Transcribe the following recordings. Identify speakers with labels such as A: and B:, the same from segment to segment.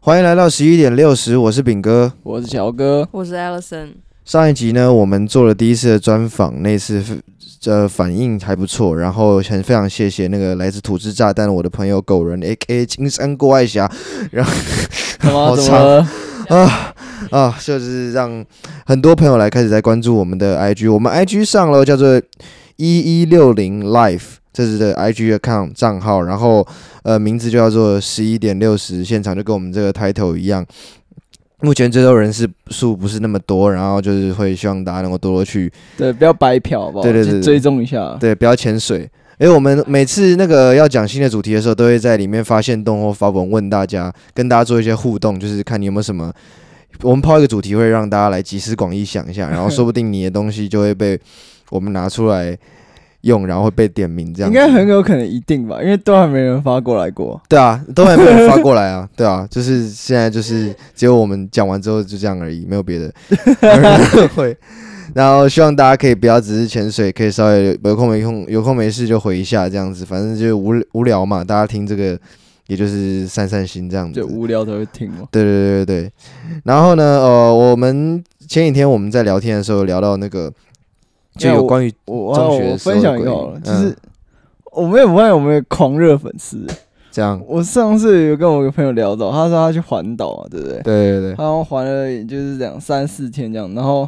A: 欢迎来到十一点六十，我是炳哥。
B: 我是乔 哥，
C: 我是 Alison，
A: 上一集呢，我们做了第一次的专访，那次呃反应还不错，然后很非常谢谢那个来自土制炸弹的我的朋友狗人 A K A 青山郭爱霞
B: 怎么
A: 好
B: 怎
A: 长
B: 么
A: 啊啊，就是让很多朋友来开始在关注我们的 I G，我们 I G 上了叫做一一六零 Life，这是的 I G account 账号，然后呃名字就叫做十一点六十，现场就跟我们这个 title 一样。目前追踪人士数不是那么多，然后就是会希望大家能够多多去
B: 对，不要白嫖好不好？
A: 对对对
B: 去
A: 对
B: 追踪一下。
A: 对，不要潜水。因为我们每次那个要讲新的主题的时候，都会在里面发现动或发文问大家，跟大家做一些互动，就是看你有没有什么。我们抛一个主题，会让大家来集思广益想一下，然后说不定你的东西就会被我们拿出来用，然后会被点名这样子。
B: 应该很有可能一定吧，因为都还没人发过来过。
A: 对啊，都还没有人发过来 啊，对啊，就是现在就是只有我们讲完之后就这样而已，没有 别的 没有人会。然后希望大家可以不要只是潜水，可以稍微有空没空有空没事就回一下这样子，反正就是无无聊嘛，大家听这个也就是散散心这样子
B: 就。无聊才会听嘛。
A: 对对对对对。然后呢，呃，我们前几天我们在聊天的时候聊到那个，就
B: 因为
A: 有
B: 我
A: 关于
B: 我
A: 中
B: 啊
A: 学
B: 我
A: 的时候
B: 分享
A: 的
B: 一个
A: 鬼
B: 好了，
A: 影
B: 就是我没有发现我们有狂热粉丝。
A: 这样，
B: 我上次有跟我一个朋友聊到，他说他去环岛嘛，对不
A: 对
B: 对？
A: 对对，
B: 他好像环了就是两三四天这样，然后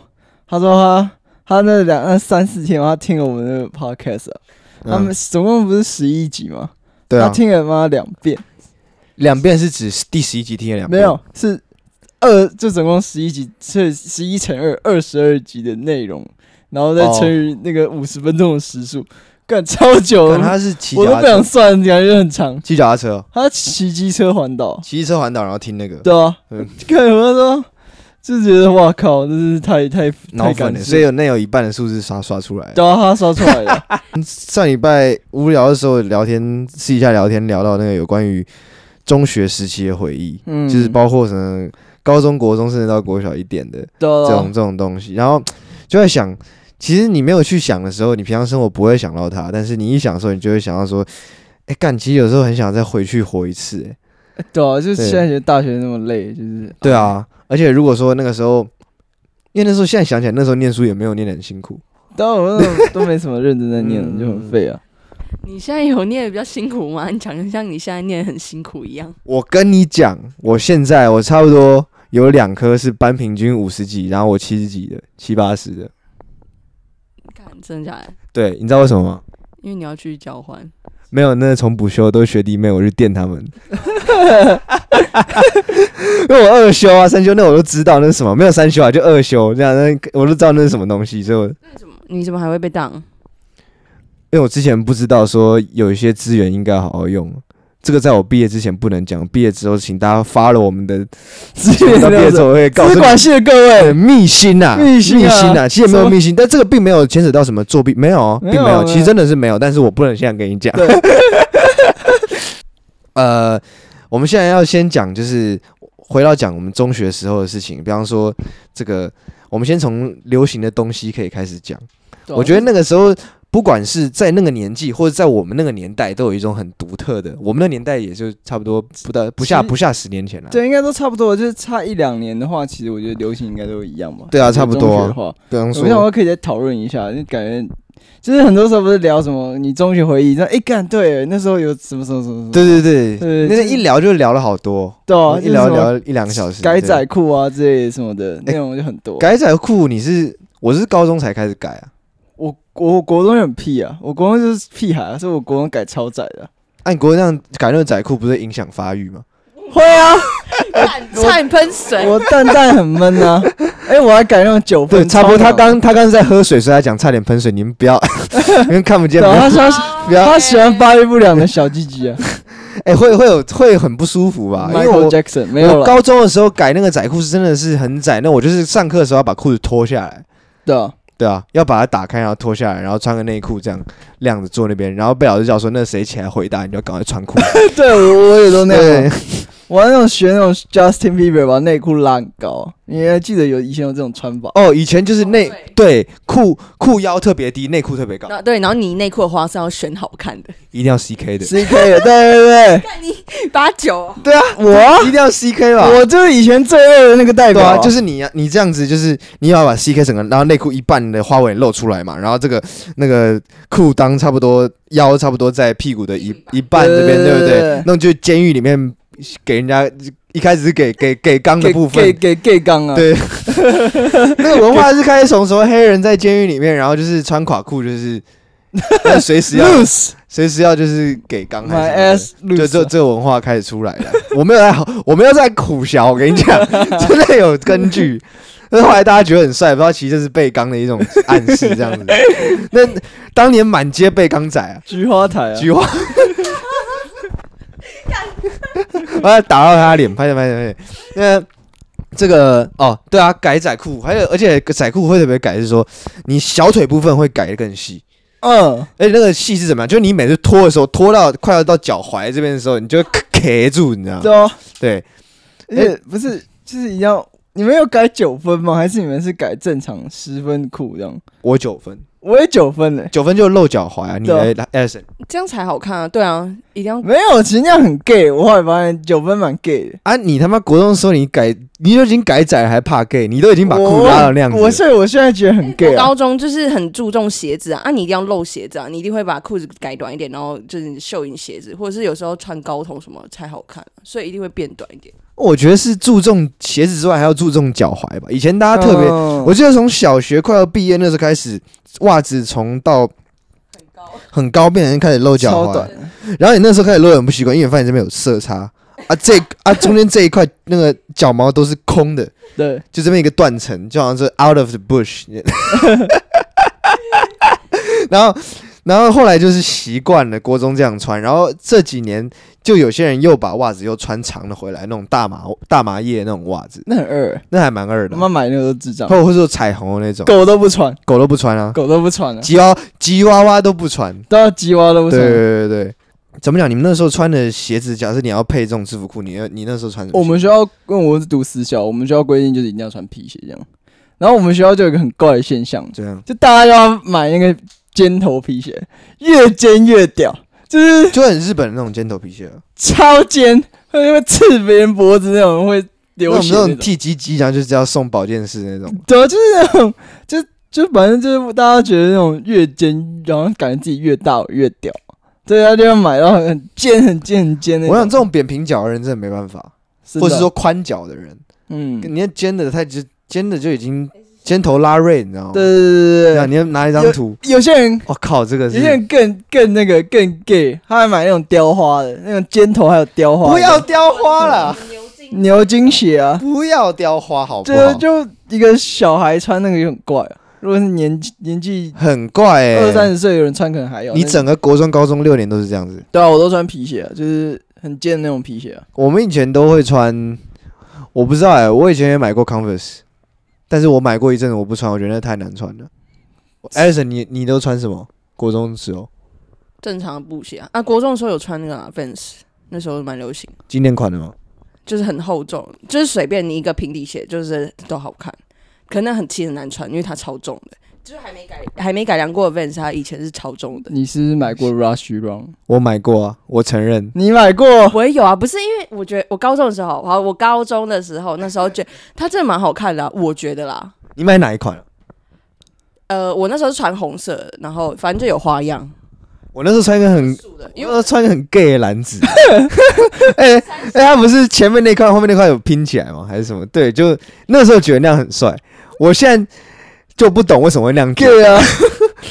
B: 他说他他那两那三四天他听了我们的 podcast，、啊他
A: 嗯
B: 们总共不是十一集嘛，
A: 对
B: 他
A: 啊，
B: 听了妈两遍。
A: 两遍是指第十一集听了两
B: 没
A: 遍，
B: 有，是二，就总共十一集，是十一乘二，二十二集的内容，然后再
A: 哦
B: 乘以那个五十分钟的时数，干超久
A: 看
B: 了，
A: 他是骑
B: 我
A: 脚踏
B: 都不
A: 车
B: 想算，感觉很长。
A: 骑脚踏车哦，
B: 他骑机车环岛，
A: 骑车环岛，然后听那个
B: 对啊
A: 嗯，
B: 看我说就觉得哇靠，真是太太
A: 脑
B: 太
A: 粉
B: 感
A: 的，
B: 人
A: 所以有那有一半的数字刷刷出来。
B: 对啊，他刷出 来的，
A: 上礼拜无聊的时候聊天，私底下聊天聊到那个有关于中学时期的回忆，
B: 嗯，
A: 就是包括什么高中、国中，甚至到国小一点的
B: 对
A: 这
B: 啊
A: 种这种东西，然后就在想。其实你没有去想的时候，你平常生活不会想到它，但是你一想的时候，你就会想到说，哎、干，其实有时候很想再回去活一次、哎
B: 对啊，就是
A: 对
B: 现在觉得大学那么累，就是
A: 对，啊，而且如果说那个时候，因为那时候现在想起来，那时候念书也没有念得很辛苦，
B: 但啊我那种都没什么认真在念了，
A: 嗯
B: 就很废啊。
C: 你现在有念的比较辛苦吗？你讲的像你现在念得很辛苦一样。
A: 我跟你讲，我现在我差不多有两科是班平均五十几，然后我七十几的，七八十的。
C: 看，真的假的？
A: 对，你知道为什么吗？
C: 因为你要去交换，
A: 没有，那从补修都是学弟妹，我去电他们。 因为我二修啊、三修，那我都知道那是什么，没有三修啊，就二修这样，那我都知道那是什么东西，所以我
C: 你怎么还会被当？
A: 因为我之前不知道说有一些资源应该好好用，这个在我毕业之前不能讲，毕业之后请大家发了我们的
B: 直接
A: 到毕业
B: 那
A: 之
B: 种
A: 后我会告
B: 资
A: 诉你。
B: 管系的各位，
A: 对密信呐、
B: 密信啊
A: 其实也没有密信，但这个并没有牵扯到什么作弊，没有哦，
B: 没有
A: 并没有，
B: 没有
A: 其实真的是没有，但是我不能现在跟你讲。 呃，我们现在要先讲，就是回到讲我们中学时候的事情，比方说这个，我们先从流行的东西可以开始讲。
B: 对啊
A: 我觉得那个时候，不管是在那个年纪，或者在我们那个年代，都有一种很独特的。我们那年代也就差不多不到不下
B: 其实
A: 不下十年前了。
B: 对，应该都差不多，就是差一两年的话，其实我觉得流行应该都一样吧。
A: 对啊
B: 就是
A: 差不多啊
B: 中学的话，
A: 比方
B: 我想我可以再讨论一下，就感觉就是很多时候不是聊什么你中学回忆，那哎干对，那时候有什么什么什么什么，
A: 对对对，
B: 对
A: 那
B: 就是
A: 一聊就聊了好多，
B: 对啊，
A: 哦一聊
B: 就是什么
A: 聊一两个小时。
B: 改
A: 对
B: 仔裤啊之类什么的那种就很多。
A: 改仔裤，你是我是高中才开始改啊，
B: 我我国中也很屁啊，我国中就是屁孩啊，所以我国中改超窄 的。
A: 按啊国那样改那个仔裤，不是影响发育吗？
B: 会啊，
C: 差点喷水。
B: 我蛋蛋很闷 啊，哎，我还改那种九
A: 对，
B: 分，
A: 差不多。
B: 超
A: 他
B: 长的
A: 刚他刚刚在喝水，所以他讲差点喷水，你们不要， 你们看不见。
B: 对
A: 不
B: 啊，
A: 要
B: 他说
A: 不要
B: 他喜欢发育不良的小鸡鸡啊，
A: 哎，会会有会很不舒服吧？因为
B: Michael
A: 我
B: Jackson 没有
A: 我
B: 了，
A: 高中的时候改那个仔裤是真的是很窄，那我就是上课的时候要把裤子脱下来，
B: 对啊，
A: 对啊，要把它打开然后脱下来，然后穿个内裤这样，晾着坐那边，然后被老师叫说那谁起来回答，你就赶快穿裤子。
B: 对我我也 都那样
A: 对
B: 啊，，我那种学那种 Justin Bieber 把内裤拉很高，你还记得有以前有这种穿法？
A: 哦，以前就是内
C: 哦
A: 对裤裤腰特别低，内裤特别高，
C: 然后对，然后你内裤的花是要选好看的，
A: 一定要 CK 的。
B: C K 的，对对
C: 看你八九，
A: 对啊，
B: 我
A: 一定要 CK 吧。
B: 对，啊我就是以前最恶的那个代
A: 对
B: 表、
A: 啊，就是你啊，你这样子就是你要把 CK 整个，然后内裤一半的花纹露出来嘛，然后这个那个裤裆差不多腰差不多在屁股的一一半这边，
B: 对
A: 对不
B: 对
A: 对
B: 对？
A: 那就监狱里面给人家一开始是给给给肛的
B: 给
A: 部
B: 给
A: 分，
B: 给 gay 刚啊，
A: 对那个文化是开始从什么黑人在监狱里面，然后就是穿垮裤，就是 那随
B: 啊
A: 时要
B: ，loose
A: 随时要就是给肛还是
B: my
A: 什
B: ass
A: 么的就这
B: loose，啊
A: 这个文化开始出来了， 我没有在我没有在苦笑，我跟你讲，真的有根据。但是后来大家觉得很帅，不知道其实这是被肛的一种暗示，这样子。那当年满街被肛仔啊，
B: 菊花台啊，
A: 菊花，我要打到他脸，拍着拍着拍着。那这个哦，对啊，改仔裤，还有而且仔裤会特别改，是说你小腿部分会改得更细，
B: 嗯，
A: 而哎且那个细是怎么样？就是你每次脱的时候，脱到快要到脚踝这边的时候，你就会卡住，你知道吗？
B: 对啊，
A: 对，
B: 而且不是就是一样，你们有改九分吗？还是你们是改正常十分裤这样？
A: 我九分，
B: 我也九分嘞、
A: 九分就露脚踝啊！你
B: 对
A: 来 a s o n
C: 这样才好看啊！对啊，一定要
B: 没有，其实那样很 gay，我后来发现九分蛮 gay 的。
A: 啊，你他妈国中的时候你改，你都已经改窄了，还怕 gay？你都已经把裤
B: 我
A: 拉到那样子了，
B: 我是我现在觉得很 gay
C: 我
B: 啊，
C: 高中就是很注重鞋子啊，啊，你一定要露鞋子啊，你一定会把裤子改短一点，然后就是秀你鞋子，或者是有时候穿高筒什么才好看，所以一定会变短一点。
A: 我觉得是注重鞋子之外，还要注重脚踝吧。以前大家特别，
B: 嗯
A: 我记得从小学快要毕业那时候开始，袜子从到
C: 很高，
A: 很高变成开始露脚
B: 超
A: 踝
B: 短，，
A: 然后你那时候开始露得很不习惯，因为你发现这边有色差啊，这啊中间这一块那个脚毛都是空的，
B: 对，
A: 就这边一个断层，就好像是 out of the bush。然后，然后后来就是习惯了国中这样穿，然后这几年就有些人又把袜子又穿长了回来，那种大麻大麻叶那种袜子，
B: 那很二、欸，
A: 那还蛮二
B: 我
A: 的。
B: 妈买那个都智障，
A: 或或者说彩虹的那种，
B: 狗都不穿，
A: 狗都不穿啊，
B: 狗都不穿了、啊，
A: 吉娃吉娃娃都不穿。
B: 都要吉娃都不
A: 对
B: 穿。
A: 对对对，怎么讲？你们那时候穿的鞋子，假设你要配这种制服裤，你要你那时候穿什么鞋？
B: 我们学校，因为我是读私校，我们学校规定就是一定要穿皮鞋这样。然后我们学校就有一个很怪的现象，
A: 这样
B: 就大家要买那个尖头皮鞋，越尖越屌，就是
A: 就很日本的那种尖头皮鞋啊，
B: 超尖，会会刺别人脖子那种，会
A: 那
B: 流
A: 种
B: 血
A: 那
B: 那
A: 种
B: 种。
A: T 鸡鸡，然后就是要送保健室那种。
B: 对啊，就是那种， 就就反正就是大家觉得那种越尖，然后感觉自己越大越屌，对，他就要买到很尖、很尖、很尖那种。
A: 我想这种扁平脚的人真的没办法，
B: 真的，
A: 或是说宽脚的人，
B: 嗯，对
A: 你看尖的他就尖的就已经尖头拉锐，你知道吗？
B: 对对对
A: 对啊，
B: 对
A: 你要拿一张图，
B: 对，有些人
A: 我靠，这个
B: 有些
A: 是
B: 人更更那个更 gay，他还买那种雕花的，那种尖头还有雕花的，
A: 不要雕花啦，
C: 牛津
B: 牛津鞋啊，
A: 不要雕花好不
B: 这
A: 好？
B: 就一个小孩穿那个也很怪啊。如果是年纪年纪
A: 很怪
B: 二三
A: 哎，
B: 十岁有人穿，可能还有。
A: 你
B: 但是
A: 整个国中、高中六年都是这样子。
B: 对啊，我都穿皮鞋、啊，就是很尖的那种皮鞋、啊。
A: 我们以前都会穿，我不知道哎，我以前也买过 Converse，但是我买过一阵子我不穿，我觉得那太难穿了。Alison，你你都穿什么？国中的时候
C: 正常的布鞋啊，啊，国中的时候有穿那个、啊、Vans，那时候蛮流行，
A: 经典款的吗？
C: 就是很厚重，就是随便你一个平底鞋，就是都好看。可那很其实很难穿，因为它超重的，就是还没改还没改良过的 Vans，它以前是超重的。
B: 你是不是买过 Rush Run？
A: 我买过啊，我承认。
B: 你买过？
C: 我也有啊，不是因为我觉得我高中的时候，好，我高中的时候那时候觉得它真的蛮好看的啊、我觉得啦。
A: 你买哪一款啊？
C: 呃，我那时候是穿红色的，然后反正就有花样，
A: 我那时候穿一个很，
C: 素的，
A: 因
C: 因
A: 为
C: 为
A: 我穿一个很 gay 的篮子。哎 哎、它不是前面那块，后面那块有拼起来吗？还是什么？对，就那时候觉得那样很帅。我现在就不懂为什么会那样觉得，
B: gay 啊，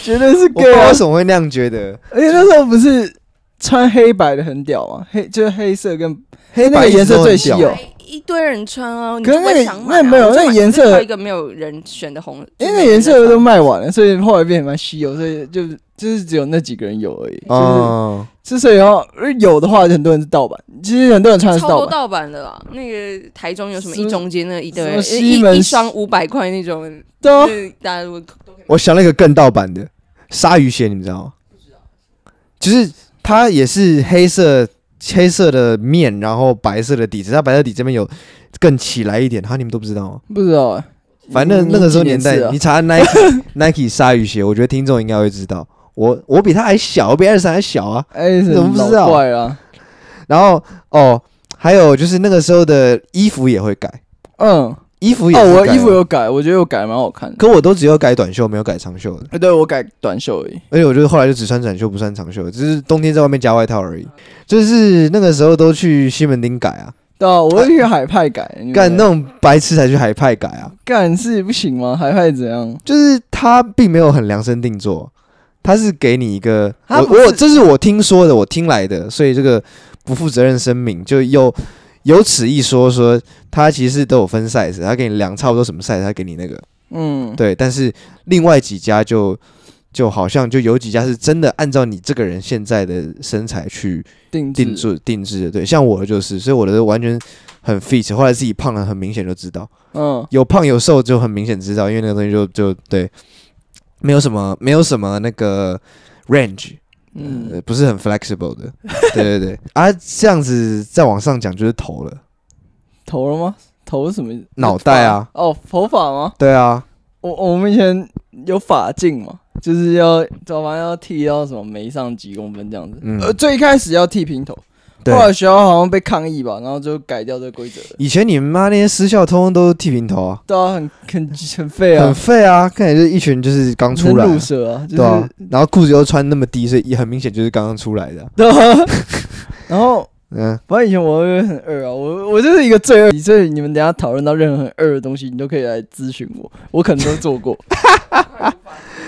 B: 绝对是
A: 我不知
B: gay
A: 道
B: 啊
A: 为！什么会那样觉得。
B: 而且那时候不是穿黑白的很屌吗？黑就是黑色跟黑那
A: 白
B: 个
A: 一直
B: 颜色
A: 都很
B: 最稀
A: 屌
B: 有。
C: 一堆人穿啊，你
B: 可是
C: 就
B: 那
C: 会
B: 个
C: 想买啊、
B: 那没有
C: 我就
B: 那个
C: 买
B: 颜色
C: 就挑一个没有人选的红，
B: 因为
C: 没
B: 那
C: 有
B: 颜
C: 人
B: 色
C: 穿
B: 都卖完了，所以后来变得蛮稀有，所以就就是只有那几个人有而已。就是、
A: 哦，
B: 之所以要有的话，很多人是盗版，其实很多人穿的是
C: 超
B: 呃盗
C: 多
B: 版。
C: 盗版的啦，那个台中有什么
B: 什么
C: 一中街那一
B: 什
C: 堆
B: 么
C: 一
B: 西门
C: 一双五百块那种，
B: 对啊
C: 就，是大家如果
A: 我想了一个更盗版的鲨鱼鞋，你们知道吗？就是它也是黑色黑色的面，然后白色的底子，它白色底这边有更起来一点，哈，你们都不知道吗？
B: 不知道哎、
A: 反正
B: 你
A: 那个时候年
B: 你
A: 代
B: 几，次啊
A: 你查 Nike Nike 鲨鱼鞋，我觉得听众应该会知道。我我比他还小，我比二三还小啊。
B: 哎，
A: 怎么不知道
B: 老怪啊，
A: 然后哦，还有就是那个时候的衣服也会改，
B: 嗯，
A: 衣服也
B: 哦，
A: 是
B: 我
A: 改
B: 衣服
A: 的，
B: 有改，我觉得有改蛮好看的。
A: 可我都只有改短袖，没有改长袖的。
B: 哎，对我改短袖而已。
A: 而且我就是后来就只穿短袖不穿长袖，只是冬天在外面加外套而已。就是那个时候都去西门町改啊，
B: 对啊，我会去海派改。你
A: 干那
B: 们
A: 种白痴才去海派改啊，
B: 干自己不行吗？海派怎样？
A: 就是他并没有很量身定做，他是给你一个
B: 他
A: 我
B: 不是
A: 我这是我听说的，我听来的，所以这个不负责任声明就有有此一说，说他其实都有分 size，他给你量差不多什么 size，他给你那个
B: 嗯，
A: 对，但是另外几家就就好像就有几家是真的按照你这个人现在的身材去。
B: 定制
A: 定制定制的，对，像我的就是，所以我的完全很 fit，后来自己胖了，很明显就知道，
B: 嗯，
A: 有胖有瘦就很明显知道，因为那个东西就就对，没有什么没有什么那个 range，嗯、
B: 嗯，
A: 不是很 flexible 的，对对对，啊，这样子再往上讲就是头了，
B: 头了吗？头是什么？
A: 脑袋啊
B: 头发？哦，头发吗？
A: 对啊，
B: 我我们以前有发镜嘛，就是要早晚要剃到什么眉上几公分这样子。
A: 嗯
B: 呃，最一开始要剃平头，
A: 对
B: 后，来学校好像被抗议吧，然后就改掉这个规则了。
A: 以前你们妈那些私校通通都是剃平头啊，
B: 对啊，很很很废啊
A: 很，废啊，看起来就是一群就是刚出来啊、
B: 很入蛇啊，就
A: 对啊
B: 是，
A: 然后裤子又穿那么低，所以也很明显就是刚刚出来的啊、
B: 对啊。然后
A: 嗯，
B: 反正以前我会很二啊，我我就是一个最二，所以你们等一下讨论到任何很二的东西，你都可以来咨询我，我可能都 做过。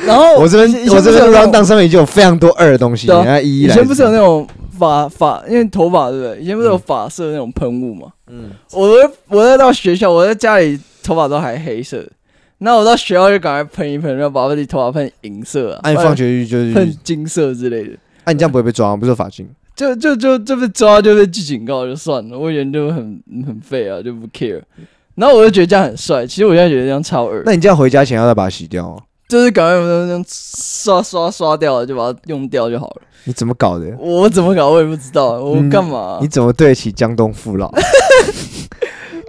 B: 然后
A: 我这边
B: 以前
A: 我
B: 不
A: 这
B: 是有
A: 边 round
B: 那种
A: down 上面已经有非常多二的东西，
B: 对啊
A: 人家一一
B: 以
A: 来。
B: 前不是有那种发发，因为头发对不对？以前不是有发色那种喷雾嘛？
A: 嗯，
B: 我都我在到学校，我在家里头发都还黑色的，那我到学校就赶快喷一喷，然后把自己头发喷银色啊，
A: 按放学就就
B: 喷
A: 是，
B: 金色之类的。
A: 按你这样不会被抓吗？不是有法镜，
B: 就就就就被抓就被记警告就算了，我以前就很很废啊，就不 care。然后我就觉得这样很帅，其实我现在觉得这样超二，
A: 那你这样回家前要再把它洗掉 哦。
B: 就是赶快把它这样刷刷刷掉了，就把它用掉就好了。
A: 你怎么搞的？
B: 我怎么搞我也不知道，我干嘛啊、
A: 嗯你怎么对得起江东父 老？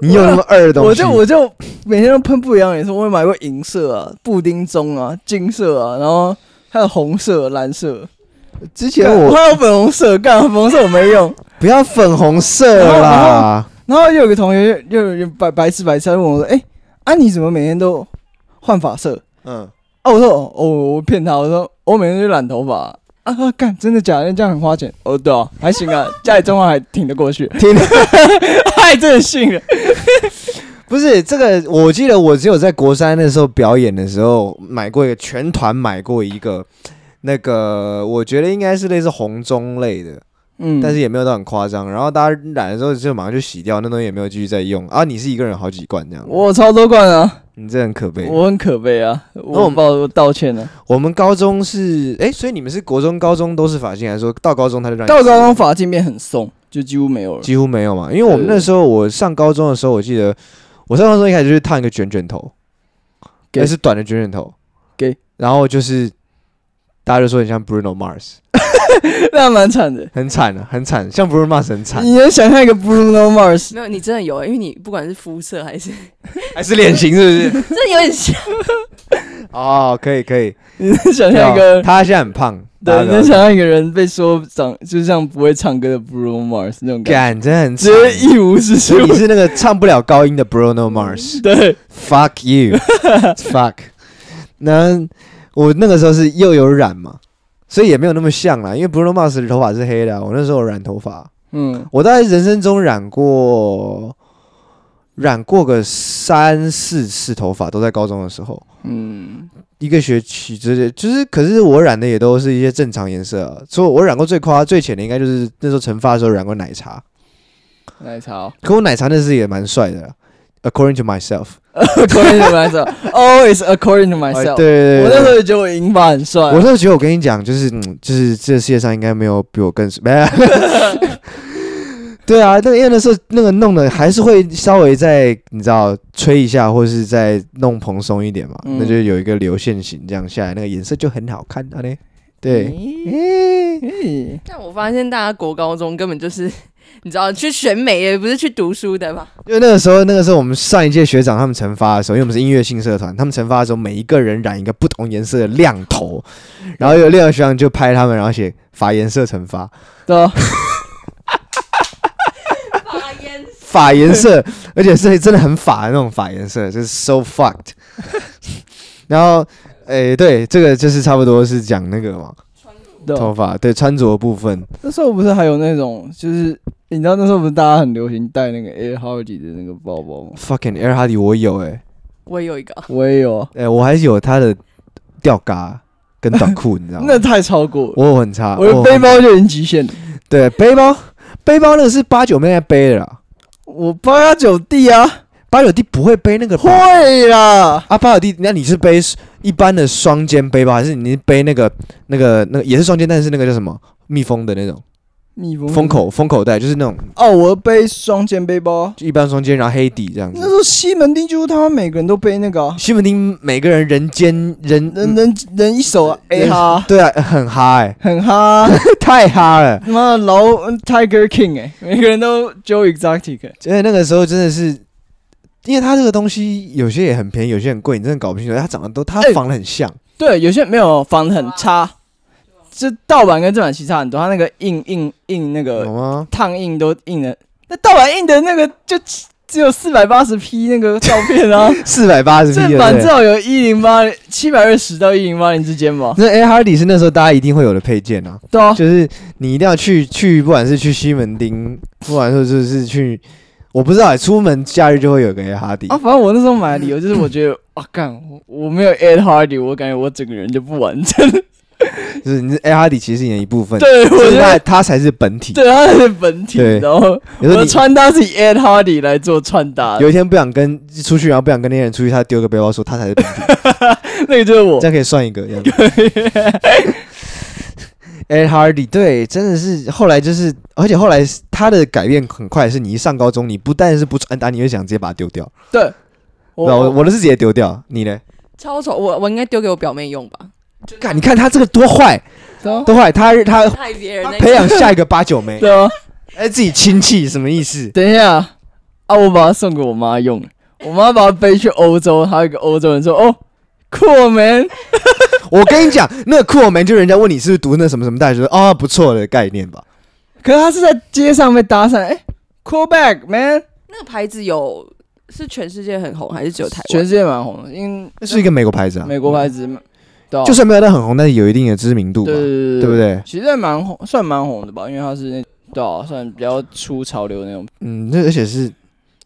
A: 你有那么二的东
B: 我
A: 西？
B: 就我就每天都喷不一样颜色，我也买过银色啊、布丁棕啊、金色啊，然后还有红色、蓝色，
A: 之前我
B: 还有粉红色，干粉红色我 没用。
A: 不要粉红色啦，
B: 然后又有个同学又又有白白痴白痴，他就问我说：“哎、啊你怎么每天都换发色？”
A: 嗯，
B: 啊，我说哦，哦我骗他，我说我每天去染头发啊，啊，干，真的假的？这样很花钱。哦，对啊，还行啊，家里状况还挺得 过去，
A: 听
B: 他还真的信了。
A: 不是这个，我记得我只有在国三的时候表演的时候买过一个，全团买过一个，那个我觉得应该是类似红棕类的，
B: 嗯，
A: 但是也没有到很夸张。然后大家染的时候就马上就洗掉，那东西也没有继续再用啊。你是一个人好几罐这样，
B: 我超多罐啊，
A: 你这很可悲。我
B: 我很可悲啊，
A: 我
B: 我报我道歉了、啊。
A: 们高中是哎、所以你们是国中、高中都是发型，还是说到高中他就让你
B: 到高中发际变很松，就几乎没有了。
A: 几乎没有嘛？因为我们那时候我上高中的时候，我记得我上高中一开始就是烫一个卷卷头，
B: 给
A: 也是短的卷卷头，
B: 给
A: 然后就是大家就说你像 Bruno Mars，
B: 那蛮惨的。
A: 很惨啊，很惨，像 Bruno Mars 很惨，
B: 你能想象一个 Bruno Mars
C: 没有，你真的有、啊因为你不管是肤色还是，
A: 还是脸型是不是？
C: 真的有点像。
A: 哦，可以可以，
B: 想象一
A: 哦
B: 个，
A: 他现在很胖，啊大家
B: 对，
A: 不
B: 你
A: 要
B: 能想象一个人被说长就像不会唱歌的 Bruno Mars 那种感
A: 干真的很
B: 觉，
A: 惨。
B: 直接一无是处
A: 所。以你是那个唱不了高音的 Bruno Mars。
B: 对，
A: Fuck you, fuck。那我那个时候是又有染嘛，所以也没有那么像啦。因为 Bruno Mars 的头发是黑的啊、我那时候有染头发，
B: 嗯，
A: 我大概人生中染过染过个三四次头发，都在高中的时候，
B: 嗯，
A: 一个学期之类。就是，可是我染的也都是一些正常颜色啊。所以我染过最夸最浅的，应该就是那时候成发的时候染过奶茶。
B: 奶茶哦、
A: 可我奶茶那次也蛮帅的啦，according to myself。
B: according to myself, always according to
A: 哎
B: myself。
A: 对对对，
B: 我那时候也觉得我银发很帅啊，
A: 我那时候觉得，我跟你讲，就是嗯，就是这世界上应该没有比我更 没有。对啊，那个因为那时候那个弄的还是会稍微再你知道吹一下，或是再弄蓬松一点嘛，
B: 嗯
A: 那就有一个流线型这样下来，那个颜色就很好看的嘞。对，
B: 嘿
C: 但我发现大家国高中根本就是，你知道去选美也不是去读书的吧？
A: 因为那个时候，那个时候我们上一届学长他们惩罚的时候，因为我们是音乐性社团，他们惩罚的时候，每一个人染一个不同颜色的亮 头，然后有另外一个学长就拍他们，然后写法颜色惩罚，
B: 对啊，
C: 发言
A: 法颜色，而且是真的很法的那种法颜色，就是 so fucked。然后，诶、对，这个就是差不多是讲那个嘛，
B: 对啊
A: 头发对穿着的部分，
B: 那时候不是还有那种，就是你知道那时候不是大家很流行戴那个 Air Hardy 的那个包包吗？
A: fucking Air Hardy 我有诶、欸，
C: 我也有一个啊，
B: 我也有啊，
A: 诶、我还有他的吊嘎跟短裤，你知道吗
B: 那？太超过了，
A: 我啊哦有很差，
B: 我的
A: 有
B: 背
A: 很
B: 包就已经极限了。
A: 对背包背包那个是八九妹在背的啦，
B: 我八九 D 啊，
A: 八九弟不会背那个吧
B: 会啦，
A: 啊，八九弟，那你是背一般的双肩背包，还是你是背那个那个那个也是双肩，但是那个叫什么密封的那种？
B: 蜜蜂
A: 封口封口袋，就是那种
B: 哦，我背双肩背包啊。
A: 就一般双肩，然后黑底这样
B: 那时
A: 子。
B: 候西门町几乎他们每个人都背那个啊、
A: 西门町每个人人间人
B: 人人人一手啊 A 哈，
A: 嗯对啊，很哈哎、
B: 很哈，
A: 太哈了。
B: 妈的老 Tiger King 哎、每个人都 Joe Exotic，、欸、
A: 而且那个时候真的是，因为它这个东西有些也很便宜，有些很贵，你真的搞不清楚。它长得都，它
B: 哎
A: 仿的很像。
B: 对，有些没有仿的很差，这盗版跟正版其实差很多，他那个印印印那
A: 懂
B: 个
A: 吗？
B: 烫印都印的，那盗版印的那个就只只有四百八十 P 那 个照片啊，
A: 四百八十 P
B: 正版至少有一零八七百二十到一零八零之间吧，
A: 那 Air Hardy 是那时候大家一定会有的配件啊，
B: 对啊，
A: 就是你一定要去去，不管是去西门町，不管说就是去，我不知道、欸，出门假日就会有个 Air Hardy
B: 啊，。反正我那时候买的理由就是我 觉得啊，干我我没有 Ed Hardy，我感觉我整个人就不完 整。
A: 就是你是 Air Hardy 其实你的一部分，
B: 对，我
A: 所以
B: 觉
A: 它
B: 得
A: 它才是本体。
B: 对他的本体，
A: 对
B: 然后
A: 有时
B: 我
A: 候
B: 的
A: 你
B: 穿搭是以 Ed Hardy 来做穿搭的，
A: 有一天不想跟出去，然后不想跟那些人出去，他丢个背包说他才是本体，
B: 那个就是我
A: 这。样可以算一个这样子。Ed Hardy 对，真的是后来就是，而且后来是他的改变很快，是你一上高中，你不但是不穿搭，啊你会想直接把它丢掉。
B: 对，
A: 对啊我
B: 我
A: 我的是直接丢掉，你呢？
C: 超丑，我我应该丢给我表妹用吧？
A: 看，你看他这个多坏，
B: 对啊
A: 多坏！他他
C: 害别人
A: 他
C: 那
A: 培养下一个八九妹，
B: 对啊，
A: 哎，自己亲戚什么意思？
B: 等一下啊，我把它送给我妈用，我妈把它背去欧洲，还有一个欧洲人说哦。Cool man，
A: 我跟你讲， 那个酷我们就人家问你是不是读那什么什么大学，说啊不错的概念吧。
B: 可是他是在街上被搭讪，哎、c o o l back man，
C: 那个牌子有是全世界很红，还是只有台
B: 全
C: 湾？
B: 世界蛮红的，因
A: 那是一个美国牌子啊，
B: 为美国牌子，对啊、
A: 就算没有到很红，但是有一定的知名度吧
B: 对，对
A: 对不？对？
B: 其实还蛮红，算蛮红的吧，因为他是那对啊，算比较出潮流那种。
A: 嗯，那而且是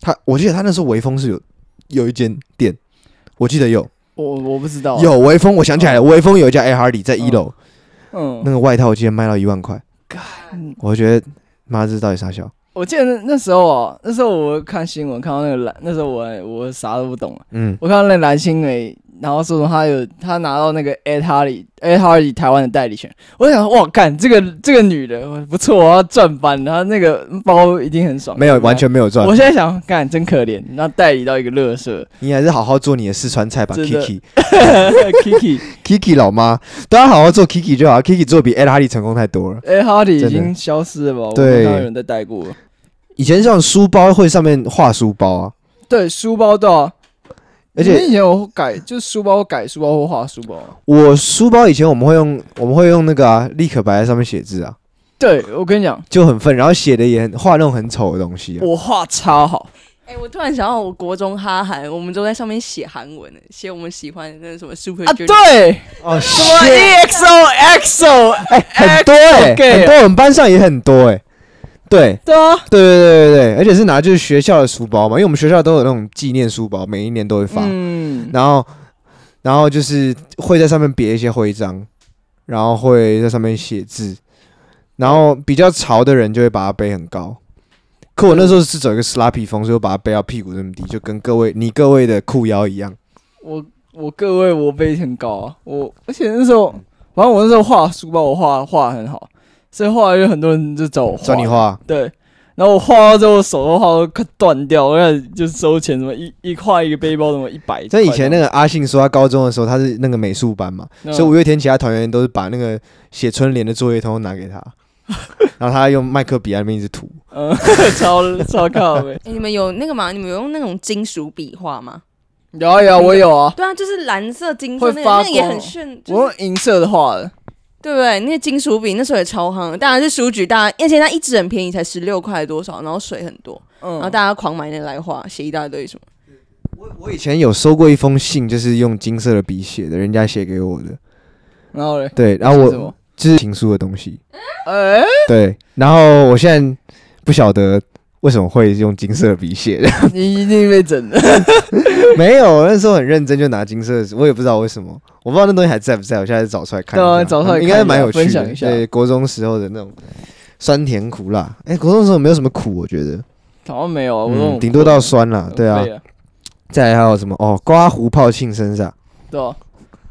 A: 他，我记得他那时候微风是有有一间店，我记得有
B: 我我不知道啊，
A: 有微风，我想起来了，微风有一家 A Hardy 在一楼，
B: 嗯
A: 那，个外套竟然卖到一万块，
B: 嗯
A: 我觉得妈这到底啥笑？
B: 我记得那那时候哦，那时候我看新闻看到那个蓝，那时候我我啥都不懂啊，
A: 嗯，
B: 我看到那个蓝心湄，然后说什么她有她拿到那个 Ed Hardy Ed Hardy 台湾的代理权，我想哇干这个这个女的哇不错，我要赚翻，然后那个包一定很爽，
A: 没有，
B: 对不对
A: 完。全没有赚
B: 我。现在想干真可怜，然后代理到一个乐 色
A: 你还是好好做你的四川菜吧
B: 真的
A: ，Kiki。
B: Kiki
A: Kiki 老妈，大家好好做 Kiki 就好，Kiki 做比 Ed Hardy 成功太多了。
B: Ed Hardy 已
A: 真的
B: 经消失了吧？我不
A: 对
B: 知道有人在代过。
A: 以前像书包会上面画书包啊，
B: 对，书包对啊，
A: 而
B: 你们
A: 且
B: 以前有改，就是书包改书包或画书包啊。
A: 我书包以前我们会用我们会用那个啊立可白在上面写字啊，
B: 对我跟你讲，
A: 就很愤，然后写的也很画那种很丑的东西、啊。
B: 我画超好。
C: 哎、我突然想到，我国中哈韩，我们都在上面写韩文，写我们喜欢的那个什么 Super
B: 啊，
C: Junior
B: 对，
A: 哦，
B: 什么 E EXO XO，
A: 哎、很多哎、
B: gay
A: 很多我们班上也很多哎、对
B: 对啊，
A: 对对对对对，而且是拿就是学校的书包嘛，因为我们学校都有那种纪念书包，每一年都会发，
B: 嗯，
A: 然后然后就是会在上面别一些徽章，然后会在上面写字，然后比较潮的人就会把它背很高。可我那时候是走一个 sloppy 风，所以我把它背到屁股这么低，就跟各位你各位的裤腰一样。
B: 我我各位我背很高啊，我而且那时候，反正我那时候画书包，我画画很好，所以后来有很多人就找我
A: 找你，画，
B: 对，然后我画到最后手都画到快断掉，我开始就收钱，什么一一块一个背包，什么一百。
A: 所以以前那个阿信说他高中的时候他是那个美术班嘛，
B: 嗯
A: 所以五月天其他团员都是把那个写春联的作业通通拿给 他，然后他用麦克笔在那边一直涂。
B: 嗯， 超超靠呗。
C: 哎，你们有那个吗？你们有用那种金属笔画吗？
B: 有啊有啊，我有啊，
C: 对啊，就是蓝色、金色
B: 会
C: 那个，
B: 发
C: 那个也
B: 光
C: 很
B: 哦
C: 炫，就是
B: 我用银色的画的，
C: 对不对？那个金属笔那时候也超夯，当然是书局，大家而且它一支很便宜，才十六块多少，然后水很多，然后
B: 嗯，
C: 大家狂买那个来画，写一大堆什么。
A: 我我以前有收过一封信，就是用金色的笔写的，人家写给我的。
B: 然后嘞，
A: 对，然后
B: 是什么
A: 我就是情书的东西。
B: 哎，
A: 对，然后我现在不晓得为什么会用金色的笔写的，
B: 你一定被整的。
A: 没有，我那时候很认真就拿金色的，我也不知道为什么，我不知道那东西还在不在，我现在找出来看一下。
B: 对啊找出来
A: 应该
B: 看一下
A: 蛮有趣
B: 分
A: 的
B: 享一，下
A: 对，国中时候的那种酸甜苦辣。哎、国中时候没有什么苦，我觉得，
B: 好像没有啊，我
A: 嗯，
B: 用
A: 顶多到酸啦，对啊
B: 废。了
A: 再来还有什么？哦，刮胡泡庆生噻，
B: 对啊。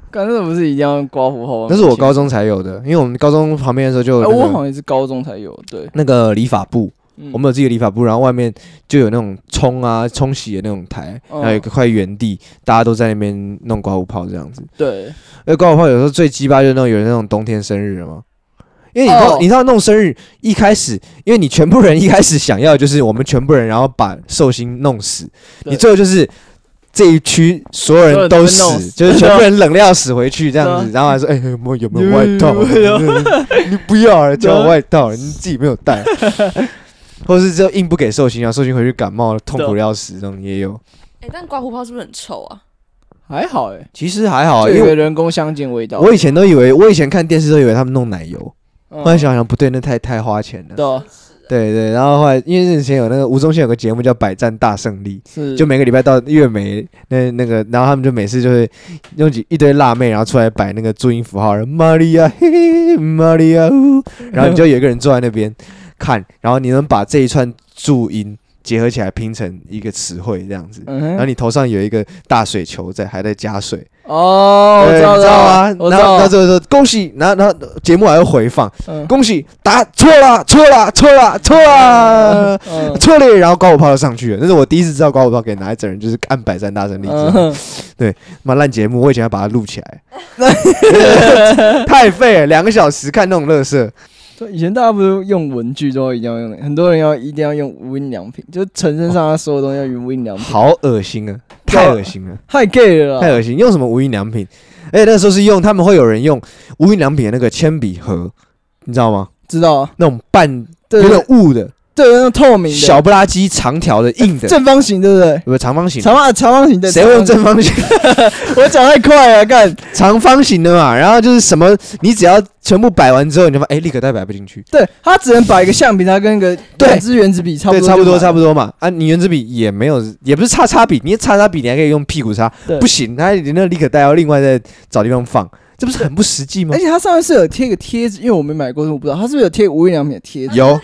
B: 刚那不是一定要刮胡泡吗？
A: 那是我高中才有的，因为我们高中旁边的时候就
B: 哎，
A: 有、
B: 我
A: 那个
B: 好像也是高中才有，对，
A: 那个理发部，
B: 嗯
A: 我们有自己的理发部，然后外面就有那种冲啊、冲洗的那种台，
B: 嗯
A: 然后有一块原地，大家都在那边弄刮胡泡这样子。
B: 对，
A: 那刮胡泡有时候最鸡巴就是那种有人那种冬天生日了嘛，因为你知道、
B: 哦
A: 你知道弄生日一开始，因为你全部人一开始想要的就是我们全部人，然后把寿星弄死，
B: 对
A: 你最后就是。这一区所有人都
B: 都
A: 死，
B: 弄死
A: 就是全部人冷料死回去这样子，
B: 对
A: 然后还说：“哎、有没有有没有外套？
B: 有没有
A: 你不要啊了，叫我外套，你自己没有带。” 或是就硬不给寿星，然后寿星回去感冒了，痛苦的要死，这种也有。
C: 哎，但刮胡泡是不是很臭啊？
B: 还好哎，
A: 其实还好啊，
B: 就
A: 因
B: 有一
A: 为
B: 个人工香精味道。
A: 我以前都以为，我以前看电视都以为他们弄奶油，
B: 嗯
A: 后来想想不对，那太太花钱了。
B: 对啊
A: 对对，然后后来因为之前有那个吴宗宪有个节目叫《百战大胜利》，
B: 是
A: 就每个礼拜到月眉那那个，然后他们就每次就会用几一堆辣妹，然后出来摆那个注音符号，玛利亚嘿，玛利亚 呜，然后你就有一个人坐在那边看，然后你能把这一串注音结合起来拼成一个词汇这样子。
B: 嗯
A: 然
B: 哼
A: 后你头上有一个大水球在，还在加水，
B: 哦，我
A: 对
B: 知道
A: 你知道吗？
B: 我知
A: 然后
B: 道
A: 然后就说恭喜，然后然后节目还会回放，
B: 嗯
A: 恭喜答错了，错了，错了，错了，
B: 嗯
A: 错了，然后高火炮就上去了。那是我第一次知道高火炮给拿来整人，就是按百战大胜利之
B: 嗯
A: 后，
B: 哼，
A: 妈烂节目，我以前要把它录起来，太废了，两个小时看那种乐色，
B: 对，以前大家不是用文具都一定要用的，很多人要一定要用无印良品，就是成身上下所有东西要用无印良品，
A: 好恶心啊，太恶心了，
B: 太 gay 了
A: 太
B: 啦。
A: 恶心，用什么无印良品？而且那时候是用他们会有人用无印良品的那个铅笔盒，你知道吗？
B: 知道啊，
A: 那种半
B: 对
A: 有
B: 对
A: 点雾的
B: 对，那种透明的
A: 小不拉几长条的硬的，
B: 正方形，对不对？
A: 不是长方形的
B: 长，方长方形的，
A: 谁会用
B: 长
A: 正方形？
B: 方？我讲太快了，干
A: 长方形的嘛，然后就是什么，你只要全部摆完之后，你就发现哎，立可带摆不进去，
B: 对，它只能把一个橡皮擦跟一个
A: 对
B: 两支原子笔差不
A: 对，
B: 多，
A: 差不多差不
B: 多。
A: 多嘛。啊，你圆珠笔也没有，也不是叉叉笔，你叉叉笔你还可以用屁股擦
B: 对，
A: 不行，它你那立可带要另外再找地方放，这不是很不实际吗
B: 而？且它上面是有贴一个贴纸，因为我没买过，所以我不知道它是不是有贴无印良品的贴纸。
A: 有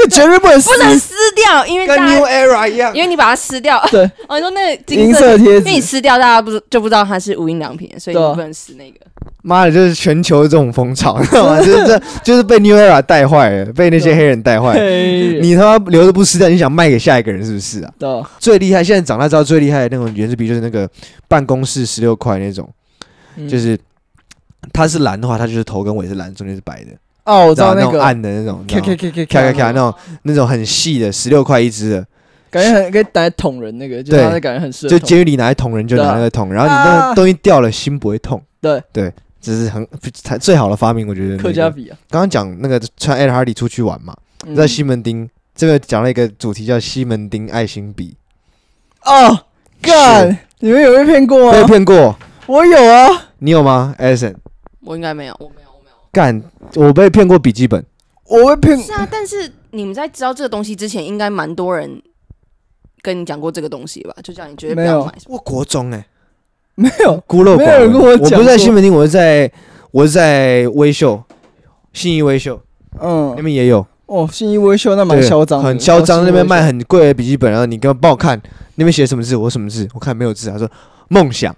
B: 那个绝对不能撕
C: 不能撕掉，因为
A: 哎跟
C: 大
A: New
C: 家
A: Era 一样
C: 因，为你把它撕掉，
B: 对，
C: 哦，你说那个金
B: 银
C: 色
B: 色
C: 的，
B: 贴
C: 因为你
B: 纸，
C: 撕掉，大家不知就不知道它是无印良品，所以你
B: 对啊
C: 不能撕那个。
A: 妈的，就是全球这种风潮，知道 吗？就是这就是被 New Era 带坏了，被那些
B: 对
A: 黑人 带坏了。
B: 嘿
A: 你他妈留着不撕掉，你想卖给下一个人是不是啊？
B: 的
A: 最厉害，现在长大之后最厉害的那种圆珠笔就是那个办公室十六块那种，
B: 嗯
A: 就是它是蓝的话，它就是头跟尾是蓝，中间是白的，
B: 哦，我
A: 我
B: 知道
A: 那
B: 那
A: 种
B: 个。
A: 暗的那 种，
B: K
A: 咔
B: K K K
A: 咔咔那种那种很细的十六块一支的，
B: 感觉很可以打在捅人那个，就是
A: 对
B: 他那感觉很适合
A: 就
B: 捅。
A: 监狱里拿来捅人就拿那个捅，然后你那个
B: 啊
A: 东西掉了心不会痛，
B: 对
A: 对，这是很才最好的发明，我觉得那个。
B: 客家比啊，
A: 刚刚讲那个穿 Air Hardy 出去玩嘛，
B: 嗯
A: 在西门町这边讲了一个主题叫西门町爱心笔，
B: 哦，干，你们有被骗过
A: 被
B: 吗？
A: 骗过，
B: 我有啊，
A: 你有吗？Edison，
C: 我应该没有，我没有，我没有。
A: 干，我被骗过笔记本。
B: 我被骗
C: 是啊，但是你们在知道这个东西之前，应该蛮多人跟你讲过这个东西吧？就叫你绝对不
B: 没
C: 要
B: 有
C: 买。
A: 我国
B: 欸
A: 中哎、
B: 没有，
A: 孤陋寡闻。
B: 没有人跟我
A: 我
B: 讲
A: 不是在
B: 过
A: 西门町，我是在我是在微秀，信义微秀那
B: 嗯，
A: 边也有，
B: 哦，信义微秀那蛮
A: 对
B: 嚣张的，
A: 很嚣张。
B: 信义
A: 那边
B: 微
A: 卖
B: 秀
A: 很贵的笔记本，然后你给我帮我看那边写什么字，我什么字， 我看没有字，他说梦想，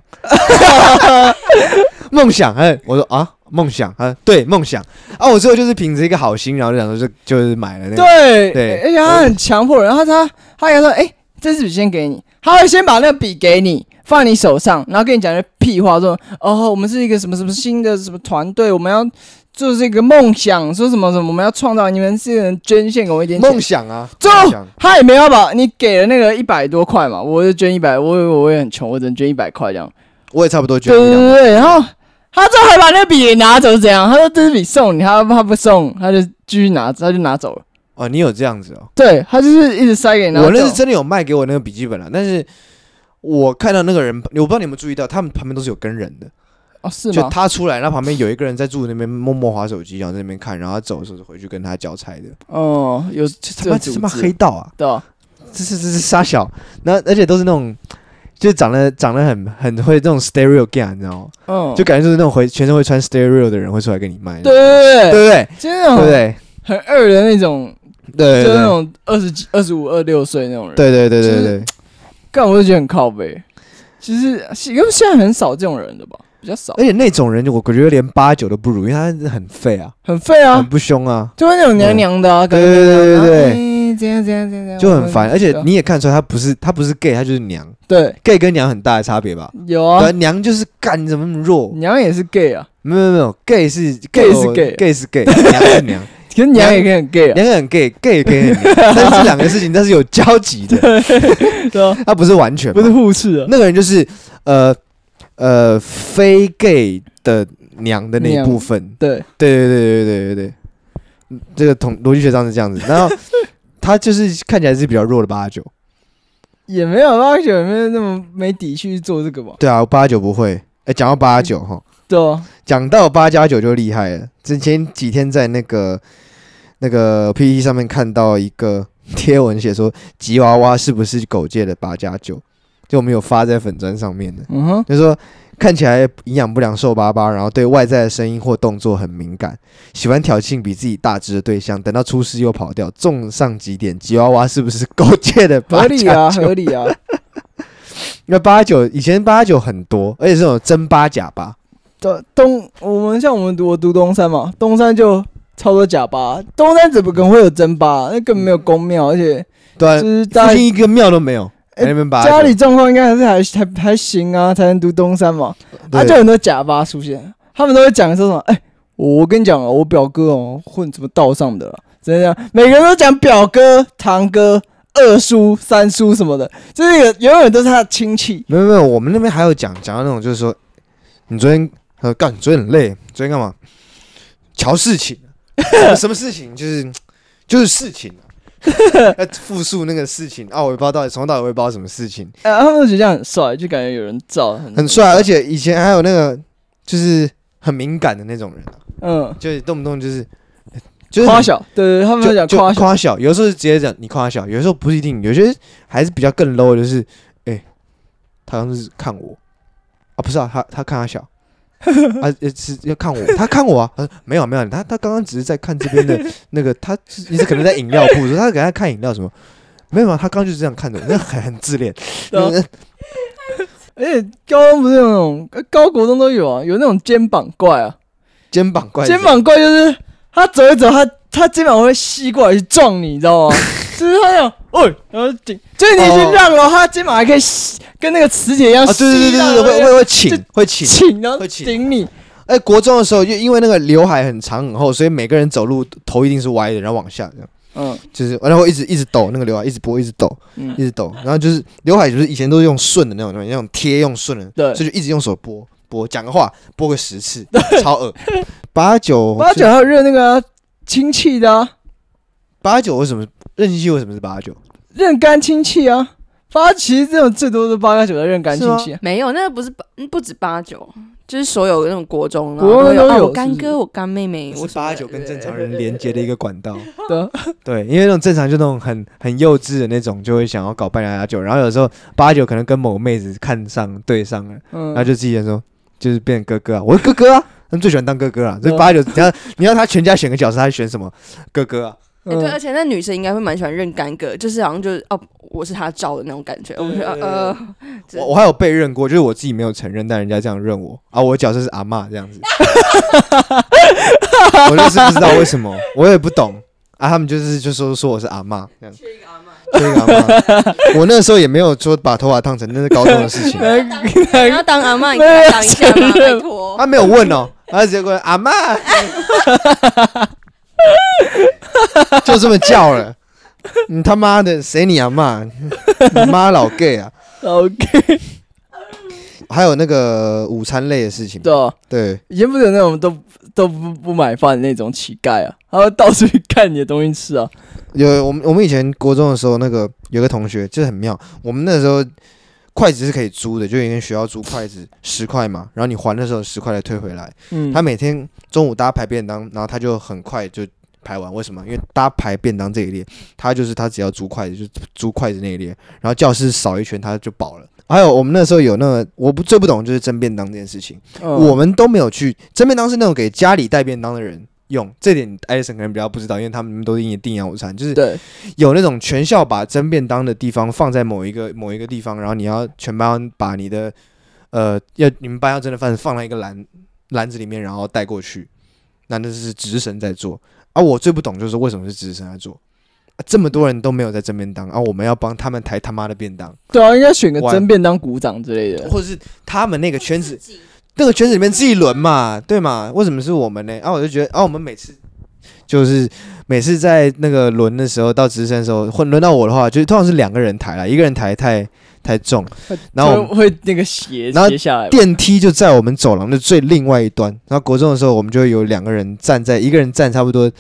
A: 梦想，哎，我说啊，梦想啊，对梦想啊，我最后就是凭着一个好心，然后就想说就就是买了那个，
B: 对
A: 对
B: 而且他很强迫人，然后他他还说，哎、这支笔先给你，他会先把那个笔给你。放在你手上，然后跟你讲一些屁话，说哦，我们是一个什么什么新的什么团队，我们要做这个梦想，说什么什么，我们要创造，你们是能捐献给我一点钱
A: 梦想啊，
B: 走
A: 梦想
B: 他也没有把你给了那个一百多块嘛，我就捐一百，我我我也很穷，我只能捐一百块这样。
A: 我也差不多觉
B: 对
A: 得一
B: 对
A: 样。
B: 对对，然后他最后还把那笔也拿走，怎样？他说这支笔送你，他他不送，他就继续拿，他就拿走了。
A: 哦，你有这样子哦，
B: 对他就是一直塞给你，然后
A: 我那是
B: 走
A: 真的有卖给我那个笔记本了，啊但是我看到那个人，我不知道你有没有注意到，他们旁边都是有跟人的，
B: 哦是
A: 就
B: 吗？
A: 他出来，然后旁边有一个人在住那边默默划手机，然后在那边看，然后他走的时候就回去跟他交差的。
B: 哦，有这
A: 他妈这他妈黑道啊！
B: 的，
A: 这是这是傻小，那而且都是那种。就长得长得很很会这种 stereo gang，你知道吗？
B: 嗯，
A: 就感觉就是那种会全身会穿 stereo 的人会出来跟你卖，
B: 对对
A: 对
B: 对，
A: 不对？
B: 就是
A: 对
B: 那
A: 不
B: 种
A: 对？
B: 很二的那种，
A: 对对
B: 就
A: 对
B: 那种二十几、二十五、二六岁那种人。
A: 对对对
B: 就
A: 对
B: 是
A: 对对，
B: 干我就觉得很靠背。其实因为现在很少这种人的吧，比较少，
A: 而且那种人我我觉得连八九都不如，因为他很废啊，
B: 很废啊
A: 很，不凶啊，
B: 就会那种娘娘的、啊，感觉
A: 对对
B: 娘娘
A: 对对
B: 的哎怎样怎样怎样怎样，
A: 就很烦。
B: 我啊
A: 而且你也看出来，他不是他不是 gay，他就是娘
B: 对
A: ，gay 跟娘很大的差别吧？
B: 有
A: 对
B: 啊
A: 啊，，娘就是干你怎么那么弱？
B: 娘也是 gay 啊，
A: 没有没有没有，gay 是
B: gay 是
A: 我
B: gay
A: gay 是 gay，娘是 娘，
B: 可是娘也可以很 gay 啊，
A: 娘很 gay，gay 也可以很娘，但是这两个事情它是有交集的，
B: 对啊，
A: 它不是完全嘛。
B: 不是护士啊，
A: 那个人就是呃呃非 gay 的娘的那一
B: 娘
A: 部分，
B: 对，
A: 对对对对对对对嗯，这个统逻辑学上是这样子，然后他就是看起来是比较弱的八九，
B: 也没有八九也没有那么没底气去做这个吧，
A: 对啊，八九不会，哎，讲到八九哈，
B: 对啊，
A: 讲到八加九就厉害了，之前几天在那个那个 PPT 上面看到一个 贴文写说吉娃娃是不是狗界的八加九，就我们有发在粉砖上面的，
B: 嗯哼，
A: 就说看起来营养不良、瘦巴巴，然后对外在的声音或动作很敏感，喜欢挑衅比自己大只的对象，等到出事又跑掉。重上几点，吉娃娃是不是勾界的八
B: 合理
A: 加
B: 啊，合
A: 九？
B: 理啊，
A: 那八九以前八九很多，而且是那种真八假八，
B: 对东我们像我们读我读东山嘛，东山就。超多假巴，东山怎么可能会有真巴？那根本没有公庙，而且
A: 对啊
B: 就，是大
A: 附
B: 家
A: 近一个庙都没有。
B: 哎
A: 在那边八
B: 家
A: 九
B: 里状况应该还是还还还行啊，才能读东山嘛。啊，
A: 对
B: 就很多假巴出现，他们都会讲说什么？哎、我跟你讲哦，我表哥哦，混什么道上的了，真的，每个人都讲表哥、堂哥、二叔、三叔什么的，就是有永远都是他的亲戚。
A: 没有没有，我们那边还有讲讲到那种，就是说你昨天呃干，昨天很累，昨天干嘛？瞧事 情，什么事情？就是就是事情、 啊，要复述那个事情啊，我也不知道到底从头到尾我也不知道什么事情，
B: 哎、他们都觉得这样很帅，就感觉有人照很
A: 很帅，而且以前还有那个就是很敏感的那种人、啊，
B: 嗯，
A: 就是动不动就是就是很
B: 夸小，对对，对他们
A: 就
B: 会讲
A: 就
B: 夸小，
A: 夸小，有的时候是直接讲你夸小，有的时候不一定，有些还是比较更 low，的就是哎、他好像是看我啊，不是啊，他他看他 小啊，呃是要看我，他看我啊，他说没有没有，他他刚刚只是在看这边的 那个，他是你是可能在饮料铺，说他给他看饮料什么。没有啊，他刚刚就是这样看的，那很很自恋。
B: 对啊
A: 嗯
B: 而且高中不是有那种高国中都有啊，有那种肩膀怪啊，
A: 肩膀怪是
B: 肩膀怪就是他走一走，他他肩膀会吸过来去撞你，你知 道吗？就是他那种，哦，然后顶，就是你已经让了，他肩膀还可以吸，跟那个磁铁一样
A: 啊，对对对
B: 吸到
A: 对对，会
B: 那个
A: 会会请
B: 就
A: 会请。
B: 请，然后
A: 会请
B: 顶你，
A: 哎，国中的时候，因因为那个刘海很长很厚，所以每个人走路头一定是歪的，然后往下这样。
B: 嗯
A: 就是然后一直一直抖那个刘海，一直拨，一直抖，
B: 嗯
A: 一直抖。然后就是刘海，就是以前都是用顺的那种，那种贴用顺的，
B: 对
A: 所以就一直用手拨拨，讲个话拨个十次，超恶。八九
B: 八九
A: 是
B: 还有认那个啊亲戚的啊，
A: 八九为什么任性？为什么是八九？
B: 认干亲戚啊，八其实这种最多是八加九的认干亲戚啊，
C: 没有，那个不是八嗯不止八九，就是所有那种国中啦，
B: 国中
C: 然后
B: 都
C: 啊
B: 有
C: 我干
B: 是不是
C: 哥，我干妹妹，我
A: 是
C: 什么
A: 八
C: 的
A: 九跟正常人连接的一个管 道。
B: 对啊，
A: 对，因为那种正常就那种很很幼稚的那种，就会想要搞半两下九。然后有时候八九可能跟某妹子看上对上了，
B: 嗯
A: 然
C: 哎
A: 后，就自己人说，就是变哥哥啊，我是哥哥啊，他们最喜欢当哥哥啊。所以
B: 嗯
A: 八九，你要你要他全家选个角色，他选什么？哥哥啊，
C: 哎
B: 嗯
C: 对，而且那女生应该会蛮喜欢认干哥，就是好像就是哦，我是他照的那种感觉。我觉得
A: 对对
C: 呃，
A: 我我还有被认过，就是我自己没有承认，但人家这样认我啊，我的角色是阿嬷这样子，我就是不知道为什么，我也不懂啊，他们就是就说说我是阿嬷这样子，缺一个阿嬷， 我那时候也没有说把头发烫成，那是高中的事情，
C: 呃 你要当阿嬷，你来当一下嘛，拜托。
A: 他没有问哦，他结果阿嬷就这么叫了，你他妈的谁你阿嬷？你妈老 gay 啊！
B: OK
A: 还有那个午餐类的事情，
B: 对啊，
A: 对，
B: 以前不是有那种都都不不买饭的那种乞丐啊，他会到处去看你的东西吃啊。
A: 有我们我们以前国中的时候，那个有个同学就是很妙，我们那时候筷子是可以租的，就有人学校租筷子十块嘛，然后你还的时候十块来退回来。
B: 嗯，
A: 他每天中午大家排便当，然后他就很快就排完，为什么？因为大家排便当这一列，他就是他只要租筷子就租筷子那一列，然后教室扫一圈他就饱了。还有我们那时候有那个，我不最不懂就是蒸便当这件事情。
B: 嗯
A: 我们都没有去。蒸便当是那种给家里带便当的人用，这点艾森可能比较不知道，因为他们都是一定营养午餐，就是
B: 对
A: 有那种全校把蒸便当的地方放在某一个某一个地方，然后你要全班把你的呃要你们班要蒸的饭放在一个篮篮子里面，然后带过去。那那是直升在做啊！我最不懂就是为什么是直升在做、啊，这么多人都没有在蒸便当啊！我们要帮他们抬他妈的便当，
B: 对啊，应该选个
A: 玩
B: 蒸便当鼓掌之类的。
A: 或者是他们那个圈子，那个圈子里面自己轮嘛，对嘛？为什么是我们呢？啊，我就觉得啊，我们每次就是每次在那个轮的时候，到直升的时候，混轮到我的话，就是通常是两个人抬啦，一个人抬太太重，然后我们
B: 就会那个斜
A: 然后
B: 斜下来嘛，
A: 电梯就在我们走廊的最另外一端。然后国中的时候，我们就会有两个人站在，一个人站差不多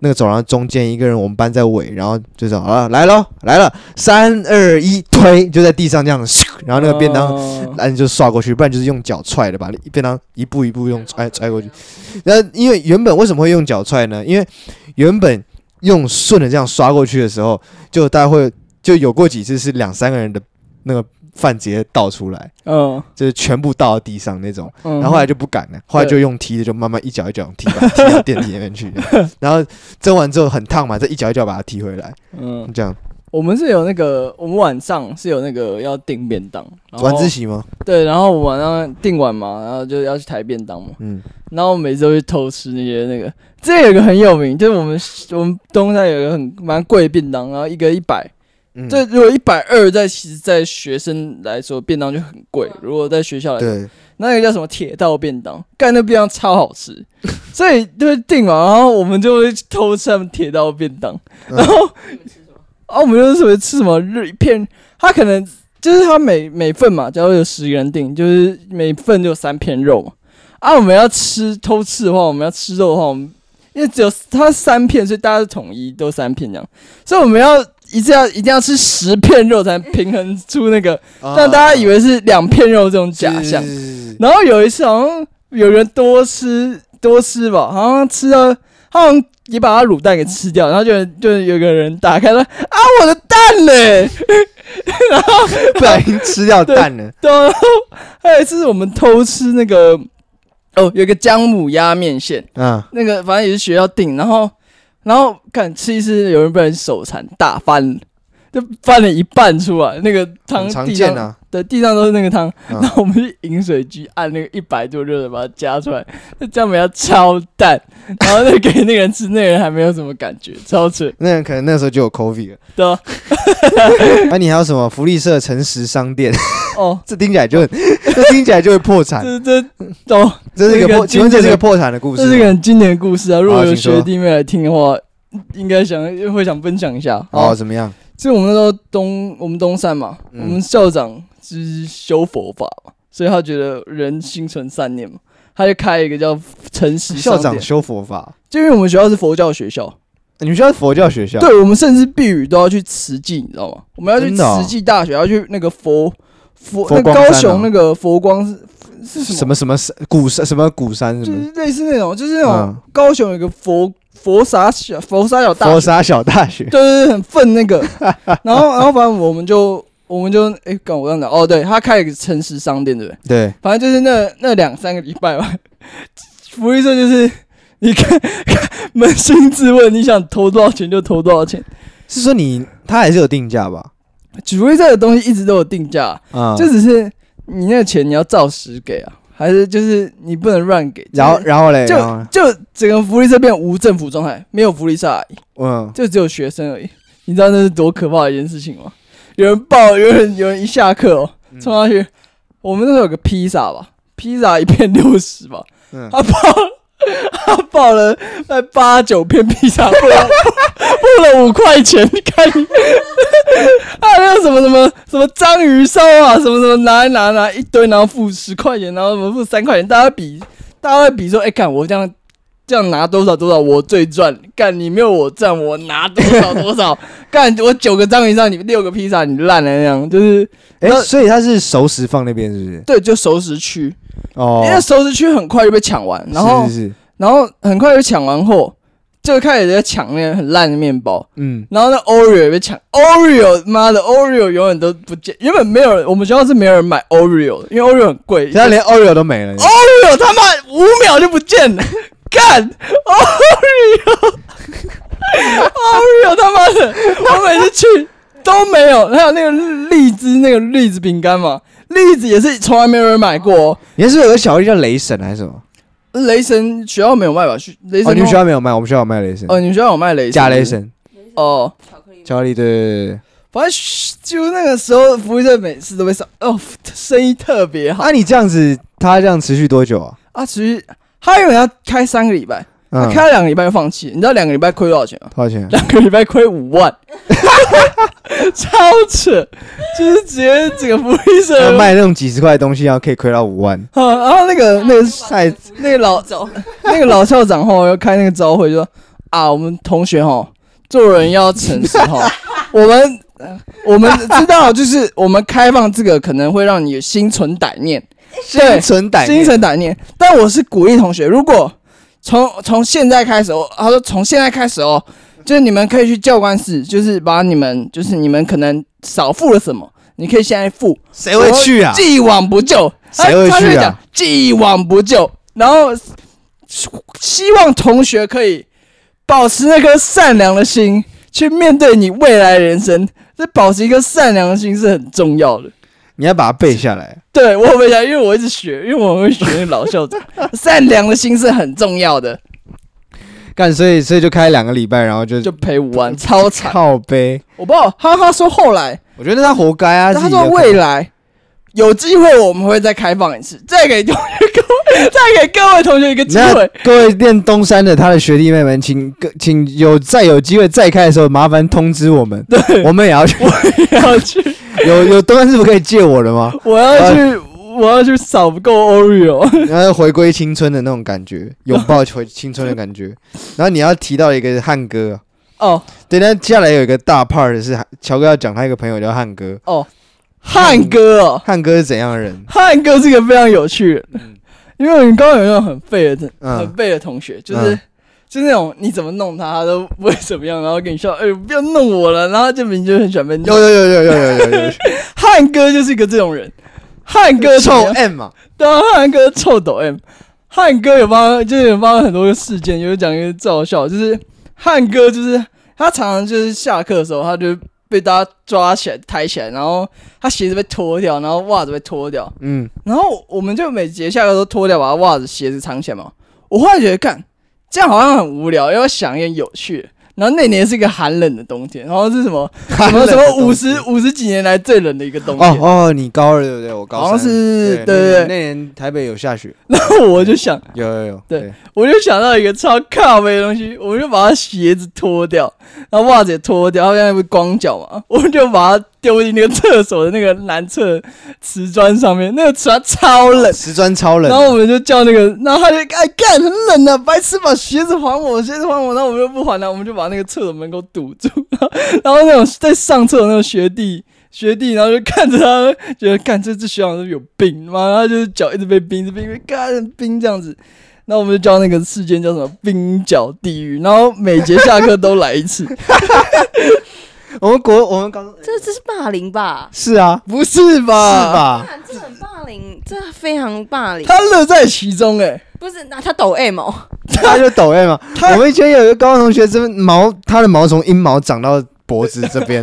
A: 那个走廊中间，一个人我们班在尾，然后就是好了，来喽，来了，三二一推，就在地上这样，咻然后那个便当
B: 哦
A: 那你就刷过去，不然就是用脚踹的，把便当一步一步用
B: 啊
A: 踹踹过去。然后因为原本为什么会用脚踹呢？因为原本用顺着这样刷过去的时候，就大概会就有过几次是两三个人的那个饭直接倒出来，
B: 嗯
A: 就是全部倒到地上那种。
B: 嗯，
A: 然后后来就不敢了，后来就用踢的，就慢慢一脚一脚用踢，把它踢到电梯里面去。 然后蒸完之后很烫嘛，再一脚一脚把它踢回来，
B: 嗯，
A: 这样。
B: 我们是有那个，我们晚上是有那个要订便当，然后
A: 晚自习吗？
B: 对，然后我晚上订完嘛，然后就要去抬便当嘛，
A: 嗯，
B: 然后我每次都会偷吃那些那个，这有一个很有名，就是我们我们东山有一个很蛮贵的便当，然后一个一百，
A: 嗯
B: 这如果一百二，在其实，在学生来说便当就很贵，如果在学校来说，
A: 对，
B: 那个叫什么铁道便当，干那便当超好吃， 所以就会订嘛，然后我们就会去偷吃他们铁道便当，
A: 嗯
B: 然后、啊，我们就是什么吃什么日片，他可能就是他每每份嘛，假如有十个人订，就是每份就有三片肉嘛，啊，我们要吃偷吃的话，我们要吃肉的话，我们因为只有它三片，所以大家是统一都三片这样，所以我们要一定要一定要吃十片肉才能平衡出那个，让大家以为是两片肉这种假象。
A: 啊是。是是是
B: 然后有一次好像有人多吃多吃吧，好像吃到好像也把他卤蛋给吃掉，然后就有就有个人打开说啊我的蛋嘞，
A: 不小心吃掉蛋了。
B: 对啊，然后还有一次我们偷吃那个哦有一个姜母鸭面线，
A: 嗯，
B: 那个反正也是学校订，然后然后看吃一吃，有人被人手残打翻了。就翻了一半出来，那个汤
A: 很常
B: 地
A: 见
B: 上
A: 啊。
B: 对，地上都是那个汤，
A: 嗯
B: 然后我们去饮水机按那个一百度热水把它加出来，那姜母鸭超淡，然后那给那个人吃，那个人还没有什么感觉，超蠢，
A: 那人可能那时候就有 COVID 了。
B: 对啊，
A: 那、你还有什么福利社、诚实商店？
B: 哦，
A: 这听起来就很，这听起来就会破 产。
B: 这这哦，
A: 这是一个
B: 这个
A: 破，请问这是一
B: 经典
A: 个
B: 的
A: 破产的故事
B: 这
A: 吗？
B: 是一个很经典的故事啊，如
A: 好
B: 果有
A: 请说
B: 学弟妹来听的话，应该想会想分享一下。
A: 哦，
B: 哦，
A: 怎么样？
B: 所以我们那时候东我们东山嘛，
A: 嗯
B: 我们校长是修佛法嘛，所以他觉得人心存善念嘛，他就开一个叫诚实
A: 校
B: 商
A: 长
B: 店
A: 修佛法，
B: 就因为我们学校是佛教学校。
A: 你们学校是佛教学校？，
B: 对，我们甚至避雨都要去慈济，你知道吗？我们要去
A: 真的哦
B: 慈济大学，要去那个佛佛
A: 佛
B: 那
A: 光
B: 高
A: 山哦
B: 雄那个佛光是是什
A: 什么什么山古山，什么古山，
B: 么？
A: 什
B: 就
A: 么
B: 是类似那种，就是那种
A: 嗯
B: 高雄有个佛佛沙小佛沙小大
A: 佛
B: 学，
A: 沙小大学。
B: 对对对，很愤那个。 然后然后反正我们就我们就哎，刚、我刚讲哦，对他开了一个诚实商店，对不对？
A: 对，
B: 反正就是那那两三个礼拜吧，福利社就是你看， 扪心自问，你想投多少钱就投多少钱。
A: 是说你他还是有定价吧？
B: 举规这个东西一直都有定价，
A: 啊、
B: 就只是你那个钱你要照实给啊，还是就是你不能乱给。
A: 然后然后嘞，
B: 就
A: 然后嘞
B: 就整个福利社变无政府状态，没有福利社啊阿姨，
A: 嗯，
B: 就只有学生而已。你知道那是多可怕的一件事情吗？有人报，有人有人一下课哦，
A: 嗯
B: 冲上去。我们那时候有个披萨吧，披萨一片六十吧，
A: 嗯
B: 他爆他爆了那八九片披萨，付 了付了五块钱，你看你，还有那个什么什么什么章鱼烧啊，什么什么拿一拿拿一堆，然后付十块钱，然后什么付三块钱，大家比大家会比说，哎、看我这样。这样拿多少多少，我最赚。干你没有我赚，我拿多少 多少。干我九个章鱼烧，你六个披萨，你烂了那样。就是
A: 哎、
B: 那
A: 所以他是熟食放那边是不是？
B: 对，就熟食区，
A: 哦，
B: 因为熟食区很快就被抢完，然后
A: 是是是，
B: 然后很快就抢完后，就开始在抢那个很烂的面包。
A: 嗯，
B: 然后那 Oreo 也被抢，Oreo 妈的 Oreo 永远都不见，原本没有人，我们学校是没有人买 Oreo，的因为 Oreo 很贵。
A: 现在连 Oreo 都没了。
B: 哦 Oreo 哎他妈五秒就不见了， 干哎 Oreo，Oreo 哎他妈的，我每次去都没有。还有那个荔枝那个栗子饼干嘛，栗子也是从来没有人买过、哦。
A: 你是不是有个小弟叫雷神还是什么？
B: 雷神学校没有卖吧？去雷神
A: 哦，你们
B: 通
A: 学校没有卖，我们学校有卖雷神，
B: 哦，你们学校有卖雷神？
A: 假雷神，
B: 哦。
A: 巧克力，对对对对。
B: 反正嘘就那个时候，福利社每次都被上哦，生意特别好
A: 那、啊你这样子，他这样持续多久啊？
B: 啊。其实他原本要开三个礼拜，他
A: 嗯，
B: 开了两个礼拜就放弃。你知道两个礼拜亏多少钱吗？
A: 多少钱？
B: 两个礼拜亏五万， 超扯，就是直接整个福利社
A: 他卖那种几十块的东西，然后可以亏到五万，
B: 啊然后那个那个
A: 太
B: 那个老
C: 走，
B: 那个老校长吼要开那个招会就说啊，我们同学吼做人要诚实吼，我们呃我们知道就是我们开放这个可能会让你心存歹念，哎对，
A: 存胆
B: 心存歹念。但我是鼓励同学，如果从从现在开始，哦，他说从现在开始哦，就是你们可以去教官室，就是把你们就是你们可能少付了什么，你可以现在付，
A: 谁会去啊？
B: 既往不咎。他
A: 谁会去啊
B: 他就讲既往不咎，然后希望同学可以保持那颗善良的心，去面对你未来的人生。这保持一颗善良的心是很重要的。
A: 你要把它背下来。
B: 对我回想，因为我一直学，因为我会学那个老校长，善良的心是很重要的。
A: 干，所以所以就开两个礼拜，然后就
B: 就赔五万，超惨。
A: 靠背。
B: 我不知道，哈哈说后来，
A: 我觉得他活该啊！
B: 他
A: 自己
B: 说
A: 的
B: 未来有机会我们会再开放一次，再给同学各位，再给各位同学一个机
A: 那
B: 会。
A: 各位练东山的他的学弟妹们，请各请有再有机会再开的时候，麻烦通知我们，
B: 对，
A: 我们也要去。
B: 我要去，
A: 有有东山是不是可以借我的 吗？
B: 我要去，我要去扫购 Oreo。
A: 然后回归青春的那种感觉，拥抱回青春的感觉。然后你要提到一个汉哥，
B: 哦
A: 对，那接下来有一个大 part 是乔哥要讲他一个朋友叫汉哥，
B: 哦，汉哥哦，
A: 汉哥是怎样的人？
B: 汉哥是个非常有趣的人，
A: 嗯
B: 因为你刚刚有那种很废的、
A: 嗯
B: 很废的同学，就是、
A: 嗯
B: 就是那种你怎么弄他，他都不会怎么样，然后跟你说，哎、不要弄我了，然后这明就很喜欢被
A: 有
B: 弄。
A: 有有有有有有有
B: 汉哥就是一个这种人，汉哥
A: 有，
B: 怎 么
A: 臭
B: 样
A: M 嘛，
B: 对啊，汉哥臭抖 M，汉哥有帮，就是有帮很多个事件，有讲一个照笑，就是汉哥就是他常常就是下课的时候，他就被大家抓起来抬起来，然后他鞋子被脱掉，然后袜子被脱掉，
A: 嗯，
B: 然后我们就每节下课都脱掉，把他袜子、鞋子藏起来嘛。我后来觉得，干这样好像很无聊，要想一点有趣。然后那年是一个寒冷的冬天，然后是什么
A: 什
B: 什么什么五十五十几年来最冷的一个冬天。
A: 哦哦，你高二对不对？我高三
B: 好像是
A: 对
B: 对对
A: 那
B: 对
A: 年那年台北有下雪，
B: 然后我就想，
A: 有有有，
B: 对，我就想到一个超靠背的东西，我就把他鞋子脱掉，然后袜子也脱掉，他现在不是光脚嘛， 我就把它丢进那个厕所的那个男厕瓷砖上面，那个瓷砖超冷。
A: 瓷砖超冷，
B: 然后我们就叫那个，然后他就哎干很冷啊，白痴把鞋子还我，鞋子还我，然后我们就不还了，我们就把那个厕所门口堵住， 然后那种在上厕所那种学弟学弟，然后就看着他，觉得干这这学长是不是有病，妈他就是脚一直被冰，一直被冰，干冰这样子。那我们就叫那个事件叫什么“冰脚地狱”，然后每节下课都来 一次，
A: 我们国我们高中
C: 这这是霸凌吧？啊
A: 是啊
B: 不是
A: 是
B: 吧？
A: 吧？
C: 啊，这很霸凌，这非常霸凌。
B: 他乐在其中哎、
C: 不是，那他抖 M 哦，
A: 他就抖 M 嘛。我们以前有一个高中同学，这毛他的毛从阴毛长到脖子这 边，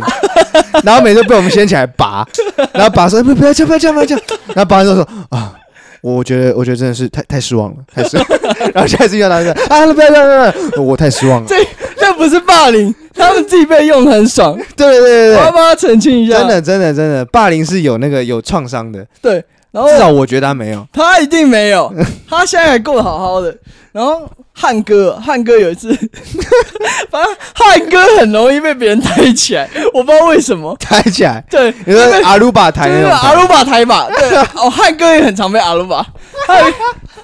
A: 然后每次被我们掀起来拔，然后拔说哎不不要这样不要这样不要这样，然后拔完之后说啊。我觉得，我觉得真的是太太失望了， 太失望。然后下一次遇到他就说啊，不要不要不要不要，我太失望了。
B: 这这不是霸凌，他们自己被用得很爽。
A: 对对对
B: 我要
A: 对
B: 帮他澄清一
A: 对，
B: 下，
A: 真的真的真的，霸凌是有那个有创伤的，
B: 对。然后
A: 至少我觉得他没有。
B: 他一定没有，他现在还过得好好的。然后汉哥，汉哥有一次， 反正汉哥很容易被别人抬起来，我不知道为什么。
A: 抬起来，
B: 对，
A: 你说阿鲁巴抬
B: 就
A: 那
B: 是
A: 种抬，
B: 阿鲁巴抬吧，对，哦，汉哥也很常被阿鲁巴，汉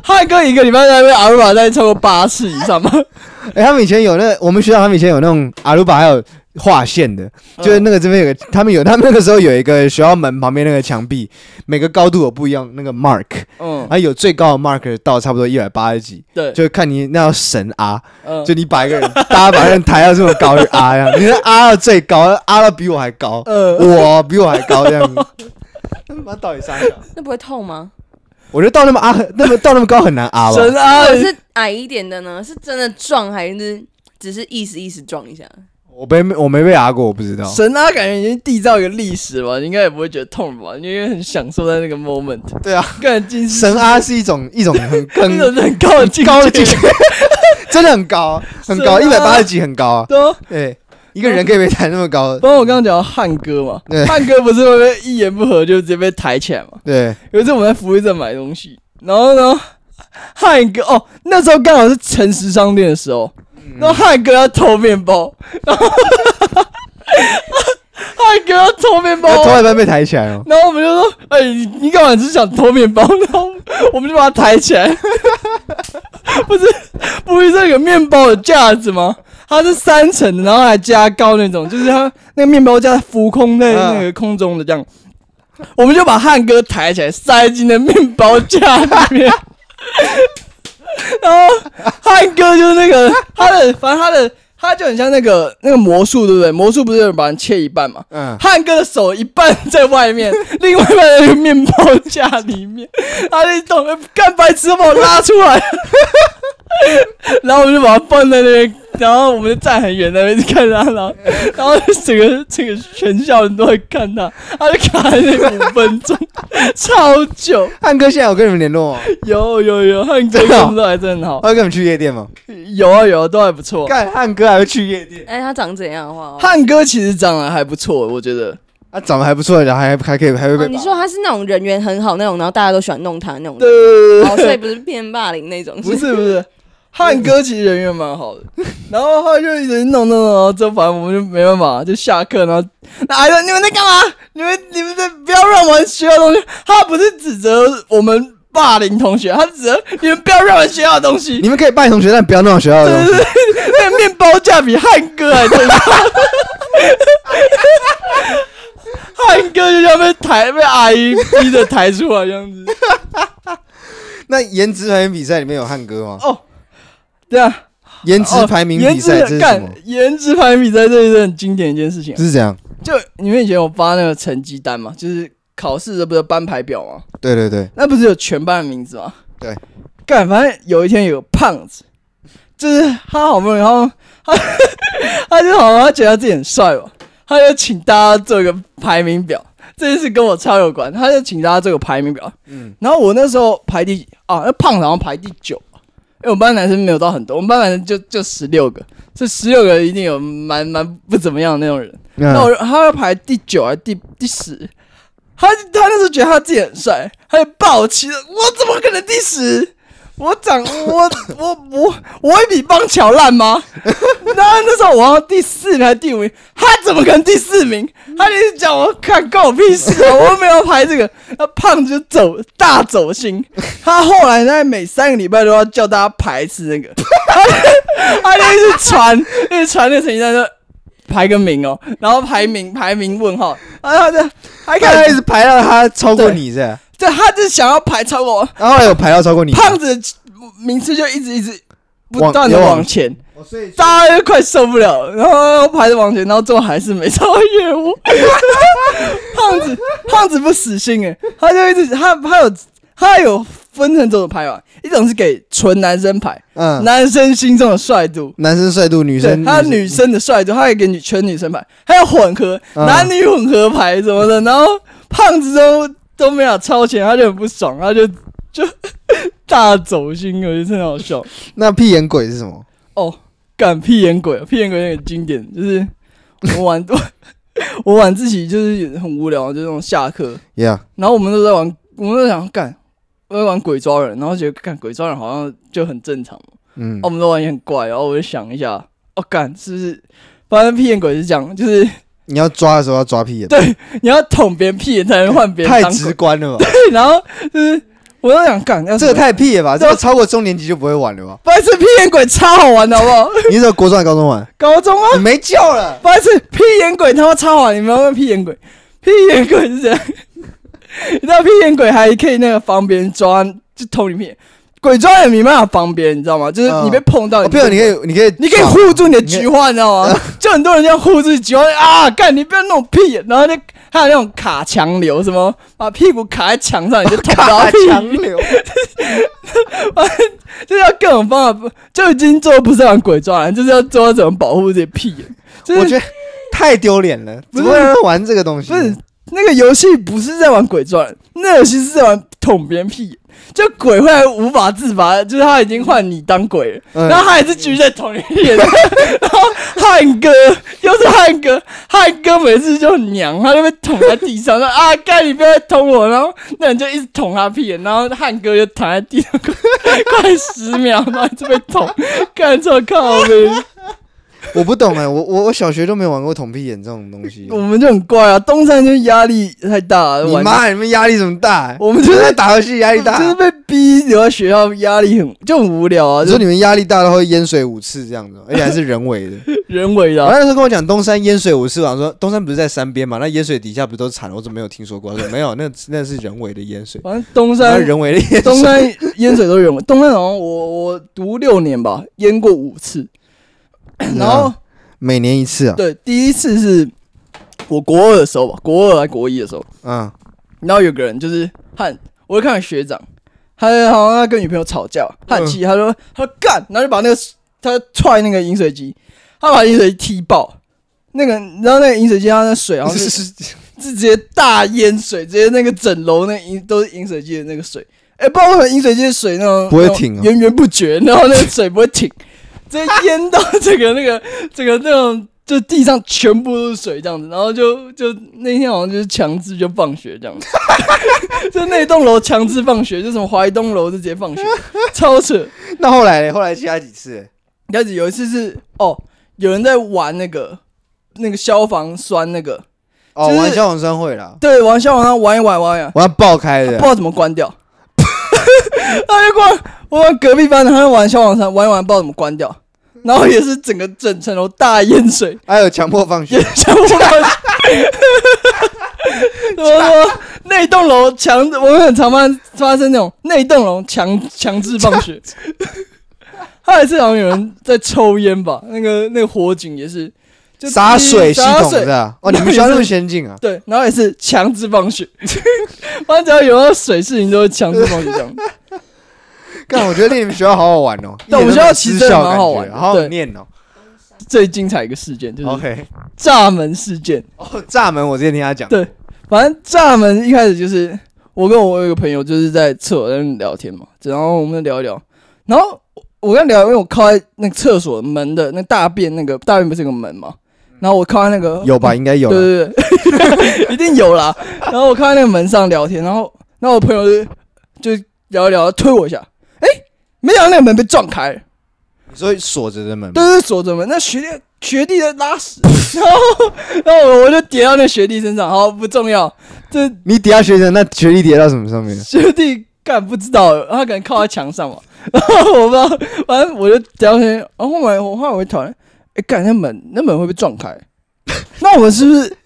B: 汉哥一个礼拜在被阿鲁巴在超过八次以上吧，
A: 哎、他们以前有那，我们学校他们以前有那种阿鲁巴，还有划线的，
B: 嗯
A: 就是那个这边有个，他们有，他们那个时候有一个学校门旁边那个墙壁，每个高度有不一样那个 mark，
B: 嗯
A: 然，后有最高的 mark 到差不多一百八十几，
B: 对，
A: 就看你那要神啊，
B: 嗯，
A: 就你把一个人，大家把人抬到这么高就啊这样，你是啊到最高，啊到比我还高，
B: 呃，
A: 我比我还高这样子， 他妈到底啥小？
C: 那不会痛吗？
A: 我觉得到那么啊，很那么到那么高很难啊吧。
B: 神啊
C: 如，果是矮一点的呢，是真的撞还是只是意思意思撞一下？
A: 我被我没被压过，我不知道。
B: 神啊，感觉已经缔造一个历史了吧，你应该也不会觉得痛吧，你因为很享受在那个 moment，
A: 对啊，
B: 感觉近视
A: 神阿是一种一种 很
B: 那种
A: 很
B: 很高的境
A: 高的
B: 界
A: 境界， 真的很高，很高，一
B: 神
A: 百八
B: 啊
A: 十几很高啊。
B: 对啊，
A: 对，一个人可以被抬那么高，
B: 不然我刚刚讲到汉哥 嘛
A: 对，
B: 汉哥不是会被一言不合就直接被抬起来嘛？
A: 对，
B: 有一次我们在福利站买东西，然后呢，汉哥哦，那时候刚好是诚实商店的时候，然后汉哥要偷面包， 然后汉哥要偷面包
A: 那，头一般被抬起来哦。
B: 然后我们就说：“哎、你你干嘛只是想偷面包？”然后我们就把它抬起来。 不是，不是这个面包的架子吗？它是三层的，然后还加高那种，就是它那个面包架浮空在那个空中的这样。我们就把汉哥抬起来，塞进那面包架里面。 然后汉哥就是那个他的，反正他的他就很像那个那个魔术，对不对？魔术不是有人把人切一半嘛？
A: 嗯，
B: 汉哥的手一半在外面，另外一半在那个面包架里面，他就懂得干白痴把我拉出来， 然后我们就把他放在那边，然后我们就站很远在那边看他，然后然后整个整个全校人都在看他，他就卡在那边五分钟，超久，
A: 汉哥现在有跟你们联络吗？
B: 有有有，汉哥
A: 真的哦
B: 工作还真好
A: 他，会跟你们去夜店吗？
B: 有啊有啊，都还不错。
A: 干，汉哥还会去夜店，
C: 哎，他长怎样的话？
B: 汉哥其实长得还不错，我觉得。
A: 他啊长得还不错，然后还还可以还会
C: 哦
A: 被
C: 你说他是那种人缘很好那种，然后大家都喜欢弄他那种，
B: 对对对对
C: 哦，所以不是变霸凌那种，
B: 不是不是，汉哥其实人缘蛮好的，然后他就一直弄弄弄，然后之后反正我们就没办法，就下课，然后那还说你们在干嘛？你们你们在不要乱玩学校的东西。他不是指责我们霸凌同学，他指责你们不要乱玩学校的东西。
A: 你们可以拜同学，但不要弄到学校的东西。
B: 那个面包架比汉哥还重要。 汉哥就像被抬被阿姨逼着抬出来这样子。
A: 那颜值排名比赛里面有汉哥吗？
B: 哦，对啊，
A: 颜值排名
B: 颜
A: 比赛
B: 值
A: 这是什
B: 干
A: 么？
B: 颜值排名比赛，这是很经典的一件事情啊
A: 这。是这样，
B: 就你们以前有发那个成绩单嘛，就是考试的不是班排表吗？
A: 对对对，
B: 那不是有全班的名字吗？
A: 对，
B: 干，反正有一天有个胖子，就是他好不容易，然后他 他就好像他觉得他自己很帅吧，他就请大家做一个排名表，这件事跟我超有关，他就请大家做个排名表，
A: 嗯，
B: 然后我那时候排第啊，那胖子好像排第九，因为我们班男生没有到很多，我们班男生就就十六个，这十六个一定有蛮蛮不怎么样的那种人。那我
A: 那
B: 就他要排第九还是第第十？他他那时候觉得他自己很帅，他就抱起了，我怎么可能第十？我长我我我我会比邦乔烂吗？然后那时候我好像第四名还是第五名，他怎么可能第四名？他就一直讲我看关我屁事啊！我又没有排这个。那胖子就走大走心，他后来在每三个礼拜都要叫大家排一次那个，他就他就一直传，一直传那个成绩单说排个名哦，然后排名排名问号，然后他就还
A: 刚开
B: 开
A: 始
B: 始，
A: 排到他超过你这，然
B: 哎对，他就想要排超过我
A: 后后来有排到超过你，
B: 胖子名次就一直一直不
A: 往
B: 断的
A: 有往
B: 往前，
A: 哦，所以
B: 大家就快受不了，然后排着往前，然后最后还是没超越我。 欸胖子，胖子不死心哎、他就一直他他有他有分成这种牌法，一种是给纯男生牌，
A: 嗯，
B: 男生心中的帅度。
A: 男生帅度，女
B: 对
A: 生，
B: 还有女生的帅度，还有一个女全女生牌，还有混合、
A: 嗯
B: 男女混合牌什么的，然后胖子都都没有超前，他就很不爽，他就 就大走心，我觉得真的好笑。
A: 那屁眼鬼是什么？
B: 干屁眼鬼，哦屁眼鬼也很经典，就是 我晚我晚自习就是很无聊，就那种下课，
A: Yeah，
B: 然后我们都在玩，我们都在想干，我在玩鬼抓人，然后觉得干鬼抓人好像就很正常，
A: 嗯
B: 啊、我，们都玩也很怪，然后我就想一下，哦干是不是？反正屁眼鬼是这样，就是
A: 你要抓的时候要抓屁眼，
B: 你要捅别人屁眼才能换别人
A: 太
B: 当
A: 直
B: 鬼，
A: 观了吧？
B: 然后就是我都想干，要
A: 这个太屁了吧？这
B: 对啊
A: 个超过中年级就不会玩了吧？
B: 白痴屁眼鬼超好玩的好不好？
A: 你在国中还是高中玩？
B: 高中啊，
A: 你没救了。
B: 不是屁眼鬼他妈超好，你们要问屁眼鬼，屁眼鬼是这样，你知道屁眼鬼还可以那个防别人抓，就偷你屁眼，鬼抓人没办法防别人，你知道吗？啊就是你被碰到，
A: 哦，朋友，你可以，你可以，
B: 你啊可以护住你的菊花，你知道吗？就很多人这样护住菊花啊，干你不要弄屁眼，然后就还有那种卡墙流，什么把屁股卡在墙上，你就捅不到
A: 卡
B: 屁
A: 啊强
B: 眼，
A: 流。
B: 就是要各种方法，就已经做不是玩鬼抓人，就是要做到怎么保护自己的屁眼，就是
A: 我觉得太丢脸了，
B: 不
A: 怎
B: 是
A: 么会有人玩这个东西？
B: 不是那个游戏不是在玩鬼抓人，那游戏是在玩捅别人屁眼。就鬼会无法自拔，就是他已经换你当鬼了，
A: 嗯
B: 然后他还是继续在捅人屁眼。然 后汉哥又是汉哥，汉哥每次就很娘，他就被捅在地上，说啊，干你不要再捅我。然后那人就一直捅他屁眼，然后汉哥就躺在地上 快十秒，然后就被捅，干这靠 呗。
A: 我不懂哎，我我我小学都没有玩过捅屁眼这种东西
B: 我。们就很怪啊，东山就压力太大了，
A: 你
B: 玩
A: 妈，你们压力这么大？欸
B: 我们就是
A: 在打游戏
B: 哎
A: 压力大。
B: 就是被逼留在学校，压力很就很无聊啊，
A: 你
B: 就
A: 说你们压力大到会淹水五次这样子，而且还是人为的。
B: 人为的
A: 我
B: 啊、
A: 那时候跟我讲东山淹水五次，我想说东山不是在山边嘛？那淹水底下不是都是惨？我怎么没有听说过？他说没有，那那是人为的淹水，
B: 反正东
A: 那是
B: 山
A: 哎人为的淹水。
B: 东山淹水都是人为，东山好像我我读六年吧，淹过五次，
A: 嗯
B: 然后、
A: 啊每年一次啊，
B: 对第一次是我国二的时候吧，国二还国一的时候，
A: 嗯
B: 然后有个人就是汉，我就看到学长，他好像在跟女朋友吵架，
A: 嗯
B: 他很气，他说他说干，然后就把那个他踹那个饮水机，他把饮水机踢爆，那个然后那个饮水机它那水 好像是。是直接大淹水，直接那个整楼那饮都是饮水机的那个水，哎、不知道为什么饮水机的水那种
A: 不会停哦
B: 那种源源不绝，然后那个水不会停，直接淹到这个那个这个那种就地上全部都是水这样子，然后就就那天好像就是强制就放学这样子， 就那栋楼强制放学，就什么华东楼就直接放学，超扯。
A: 那后来嘞？后来其他几次？
B: 开始有一次是哦，有人在玩那个那个消防栓那个，
A: 哦，
B: 就是
A: 玩消防栓会啦，
B: 对，玩消防栓玩一玩玩一玩。
A: 我要爆开
B: 不
A: 的
B: 知。道怎么关掉。 他就逛，我玩隔壁班的，他就玩消防栓，玩一玩不知道怎么关掉，然后也是整个整层楼大淹水，
A: 还有强迫放
B: 也
A: 学，
B: 消防栓。怎么说？那栋楼强，我们很常发发生那种那栋楼强强制 放学。他也是好像有人在抽烟吧？那个那个火警也是， 就嗯
A: 洒水系
B: 洒
A: 统
B: 水
A: 是吧？哦，你们学 校那么先进啊？
B: 对，然后也是强制放血， 反正只要有到水事情都会强制放血这样。
A: 干，我觉得你们学校好好 玩哦。
B: 但我们学校其实
A: 一点都没有
B: 真的蛮好玩
A: 失
B: 的
A: 效感觉好好
B: 对
A: 念哦。
B: 最精彩一个事件就是
A: OK，
B: 炸门事件。
A: 哦，炸门，我之前听他讲，
B: 对反正炸门一开始就是我跟我有一个朋友就是在厕所在那边聊天嘛，然后我们聊一聊，然后我跟他聊，因为我靠在那个厕所门的那大便那个大便不是有个门嘛，然后我靠在那个
A: 有吧？应该有啦。
B: 对对对，一定有啦。然后我看到那个门上聊天，然后然后我朋友就就聊一聊，推我一下，哎、没想到那个门被撞开了，
A: 你说锁着的门吗，
B: 对对，锁着门。那学弟学弟在拉屎， 然后然后我我就跌到那学弟身上，好不重要，这
A: 你底下学生那学历叠到什么上面？
B: 学弟干不知道，他可能靠在墙上嘛， 然后我不知道，反正我就聊天，然后后来我后来我就讨论，哎、干那门那门会被撞开， 那我们是不是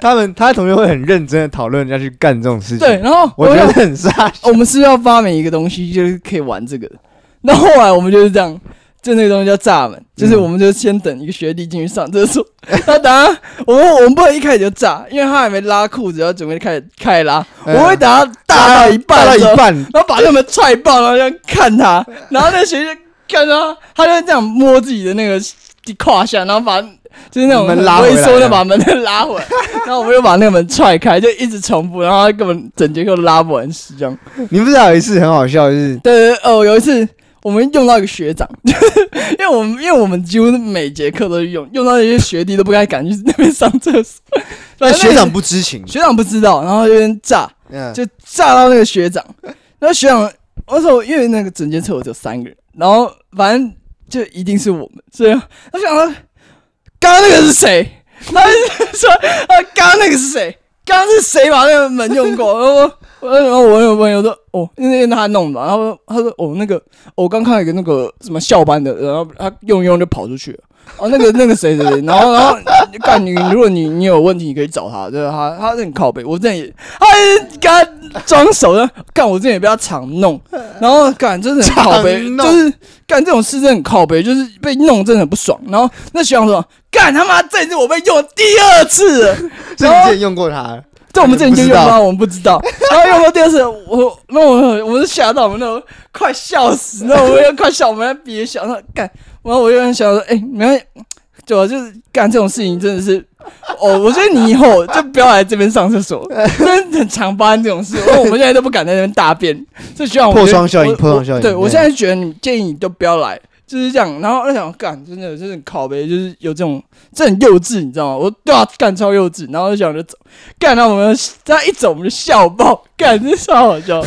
A: 他们他的同学会很认真的讨论人家去干这种事情。
B: 对？，然后
A: 我
B: 就
A: 觉得很傻。
B: 哦我们是不是要发明一个东西，就是可以玩这个的。那后来我们就是这样，就那个东西叫炸门，就是
A: 嗯
B: 我们就先等一个学弟进去上厕所， 他等他，我们我们不能一开始就炸，因为他还没拉裤子，然后准备开始开始拉，
A: 嗯
B: 我会等他大
A: 大
B: 到一半
A: 到
B: 的时候，
A: 一半，
B: 然后把他们踹爆，然后这样看他，然后那个学弟就看到他，他就这样摸自己的那个胯下，然后把就是那种
A: 门拉回来
B: 很猥琐的把门拉回来， 然后我们就把那个门踹开，就一直重复，然后他根本 整节课拉不完屎这样。
A: 你不知道有一次很好笑，就是
B: 对对对哦，有一次我们用到一个学长， 因为我们因为我们几乎每节课都用，用到一些学弟都不该敢去那边上厕所，
A: 那学
B: 那
A: 长
B: 个
A: 不知情，
B: 学长不知道，然后有点炸，
A: 嗯，
B: 就炸到那个学长。然后学长，那时候因为那个整间厕所只有三个人，然后反正就一定是我们，所以他想说，刚刚那个是谁？他就说，啊，刚刚那个是谁？刚刚是谁把那个门用过？ 然后我。我然后我有朋友说，哦，因为他弄的嘛，然后他说，哦，那个，我刚看到一个那个什么校班的，然后他用一用就跑出去了。哦，那个那个谁谁谁，然后然后干你，如果你你有问题，你可以找他，对他他很靠背，我之前也，他也跟他装熟的，干我之前也被他常弄，然后干真的很靠背，
A: 常弄
B: 就是干这种事真的很靠背，就是被弄真的很不爽。然后那学长说，干他妈这次我被用第二次了，
A: 所以你之前用过他，
B: 在我们这里就用
A: 不知
B: 吗？
A: 道
B: 我们不知道。然后用到第二次，我那我我是吓到我们那种快笑死，那我们要快笑，我们要憋笑，那干，然后我就很想说，哎、没关系，就就是干这种事情真的是，哦，我觉得你以后就不要来这边上 厕所，真的很常发生这种事。因为我们现在都不敢在那边大便，这需要
A: 破窗效应破窗效应
B: 对我
A: 对
B: 现在觉得你建议你都不要来。就是这样，然后我就想干，真的，真的靠呗，就是有这种，这很幼稚，你知道吗？我对啊，干超幼稚，然后就想着走，干到我们他一走我们就笑爆，干真超好笑。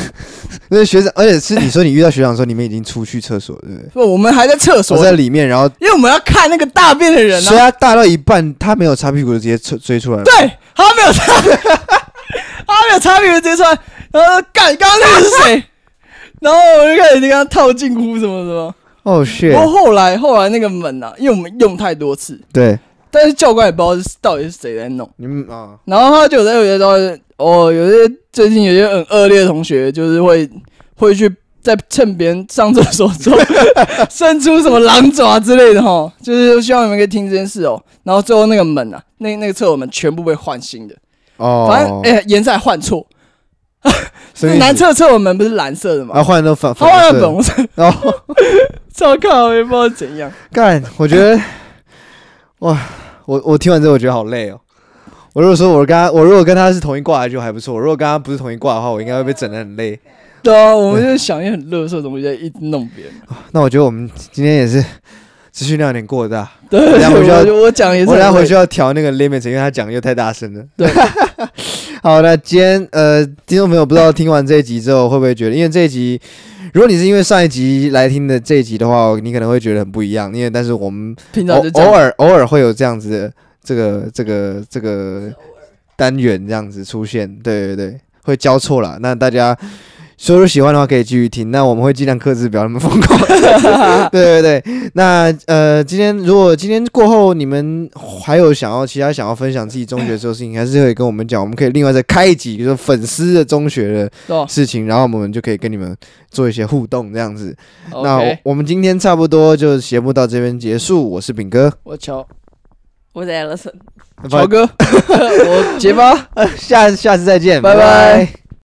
A: 那学长，而且是你说你遇到学长的时候，你们已经出去厕所，对不对？
B: 不，我们还在厕所
A: 我，在里面，然后
B: 因为我们要看那个大便的人
A: 所以
B: 啊。
A: 他大到一半，他没有擦屁股就直接追追出来了。
B: 对，他没有擦， 他没有擦屁股直接穿，然后说干，刚刚那个是谁？ 然后我就开始跟他套近乎什么什么。
A: 哦
B: 不
A: shit，
B: 过后来后来那个门啊，因为我们用太多次，
A: 对，
B: 但是教官也不知道是到底是谁在弄。
A: 你们啊，
B: 然后他就有在有些东西，哦，有些最近有些很恶劣的同学，就是会会去在趁别人上厕所之后 伸出什么狼爪之类的哈，就是希望你们可以听这件事哦。然后最后那个门啊，那那个厕所门全部被换新的，
A: 哦，
B: 反正哎、颜色还换错，
A: 什么意思
B: 男厕厕所门不是蓝色的
A: 啊
B: 吗？
A: 换都反，哦
B: 他换了
A: 粉
B: 粉
A: 红
B: 红色，
A: 色然后
B: 照看我也不知道怎样。
A: 干，我觉 得，哇，我我听完之后我觉得好累哦。我如果说我跟他，我如果跟他是同一挂的就还不错，我如果跟他不是同一挂的话，我应该会被整得很累。
B: 对啊，我们就想一些很乐色的东西，在一直弄别人。
A: 那我觉得我们今天也是资讯量有点过大，
B: 对，
A: 等下回去要
B: 我我讲也是
A: 我
B: 很
A: 等
B: 累，
A: 下回去要调那个 limit，因为他讲的又太大声了。
B: 对，
A: 好，那今天呃，听众朋友不知道听完这一集之后会不会觉得，因为这一集，如果你是因为上一集来听的这一集的话，你可能会觉得很不一样，因为但是我们
B: 平
A: 偶
B: 常就这样
A: 偶尔偶尔会有这样子的这个这个这个单元这样子出现，对对对，会交错啦。那大家。所以如果喜欢的话，可以继续听。那我们会尽量克制，不要那么疯狂。
B: 啊
A: 对对对。那呃，今天如果今天过后你们还有想要其他想要分享自己中学的时候的事情，还是可以跟我们讲，我们可以另外再开一集，就是粉丝的中学的
B: 对吧
A: 事情，然后我们就可以跟你们做一些互动这样子。那我
B: OK，
A: 我们今天差不多就节目到这边结束，我是炳哥，
B: 我瞧。
C: 我在 Alison。
B: 乔哥，我结巴。
A: 下下次再见，
B: 拜拜
A: 拜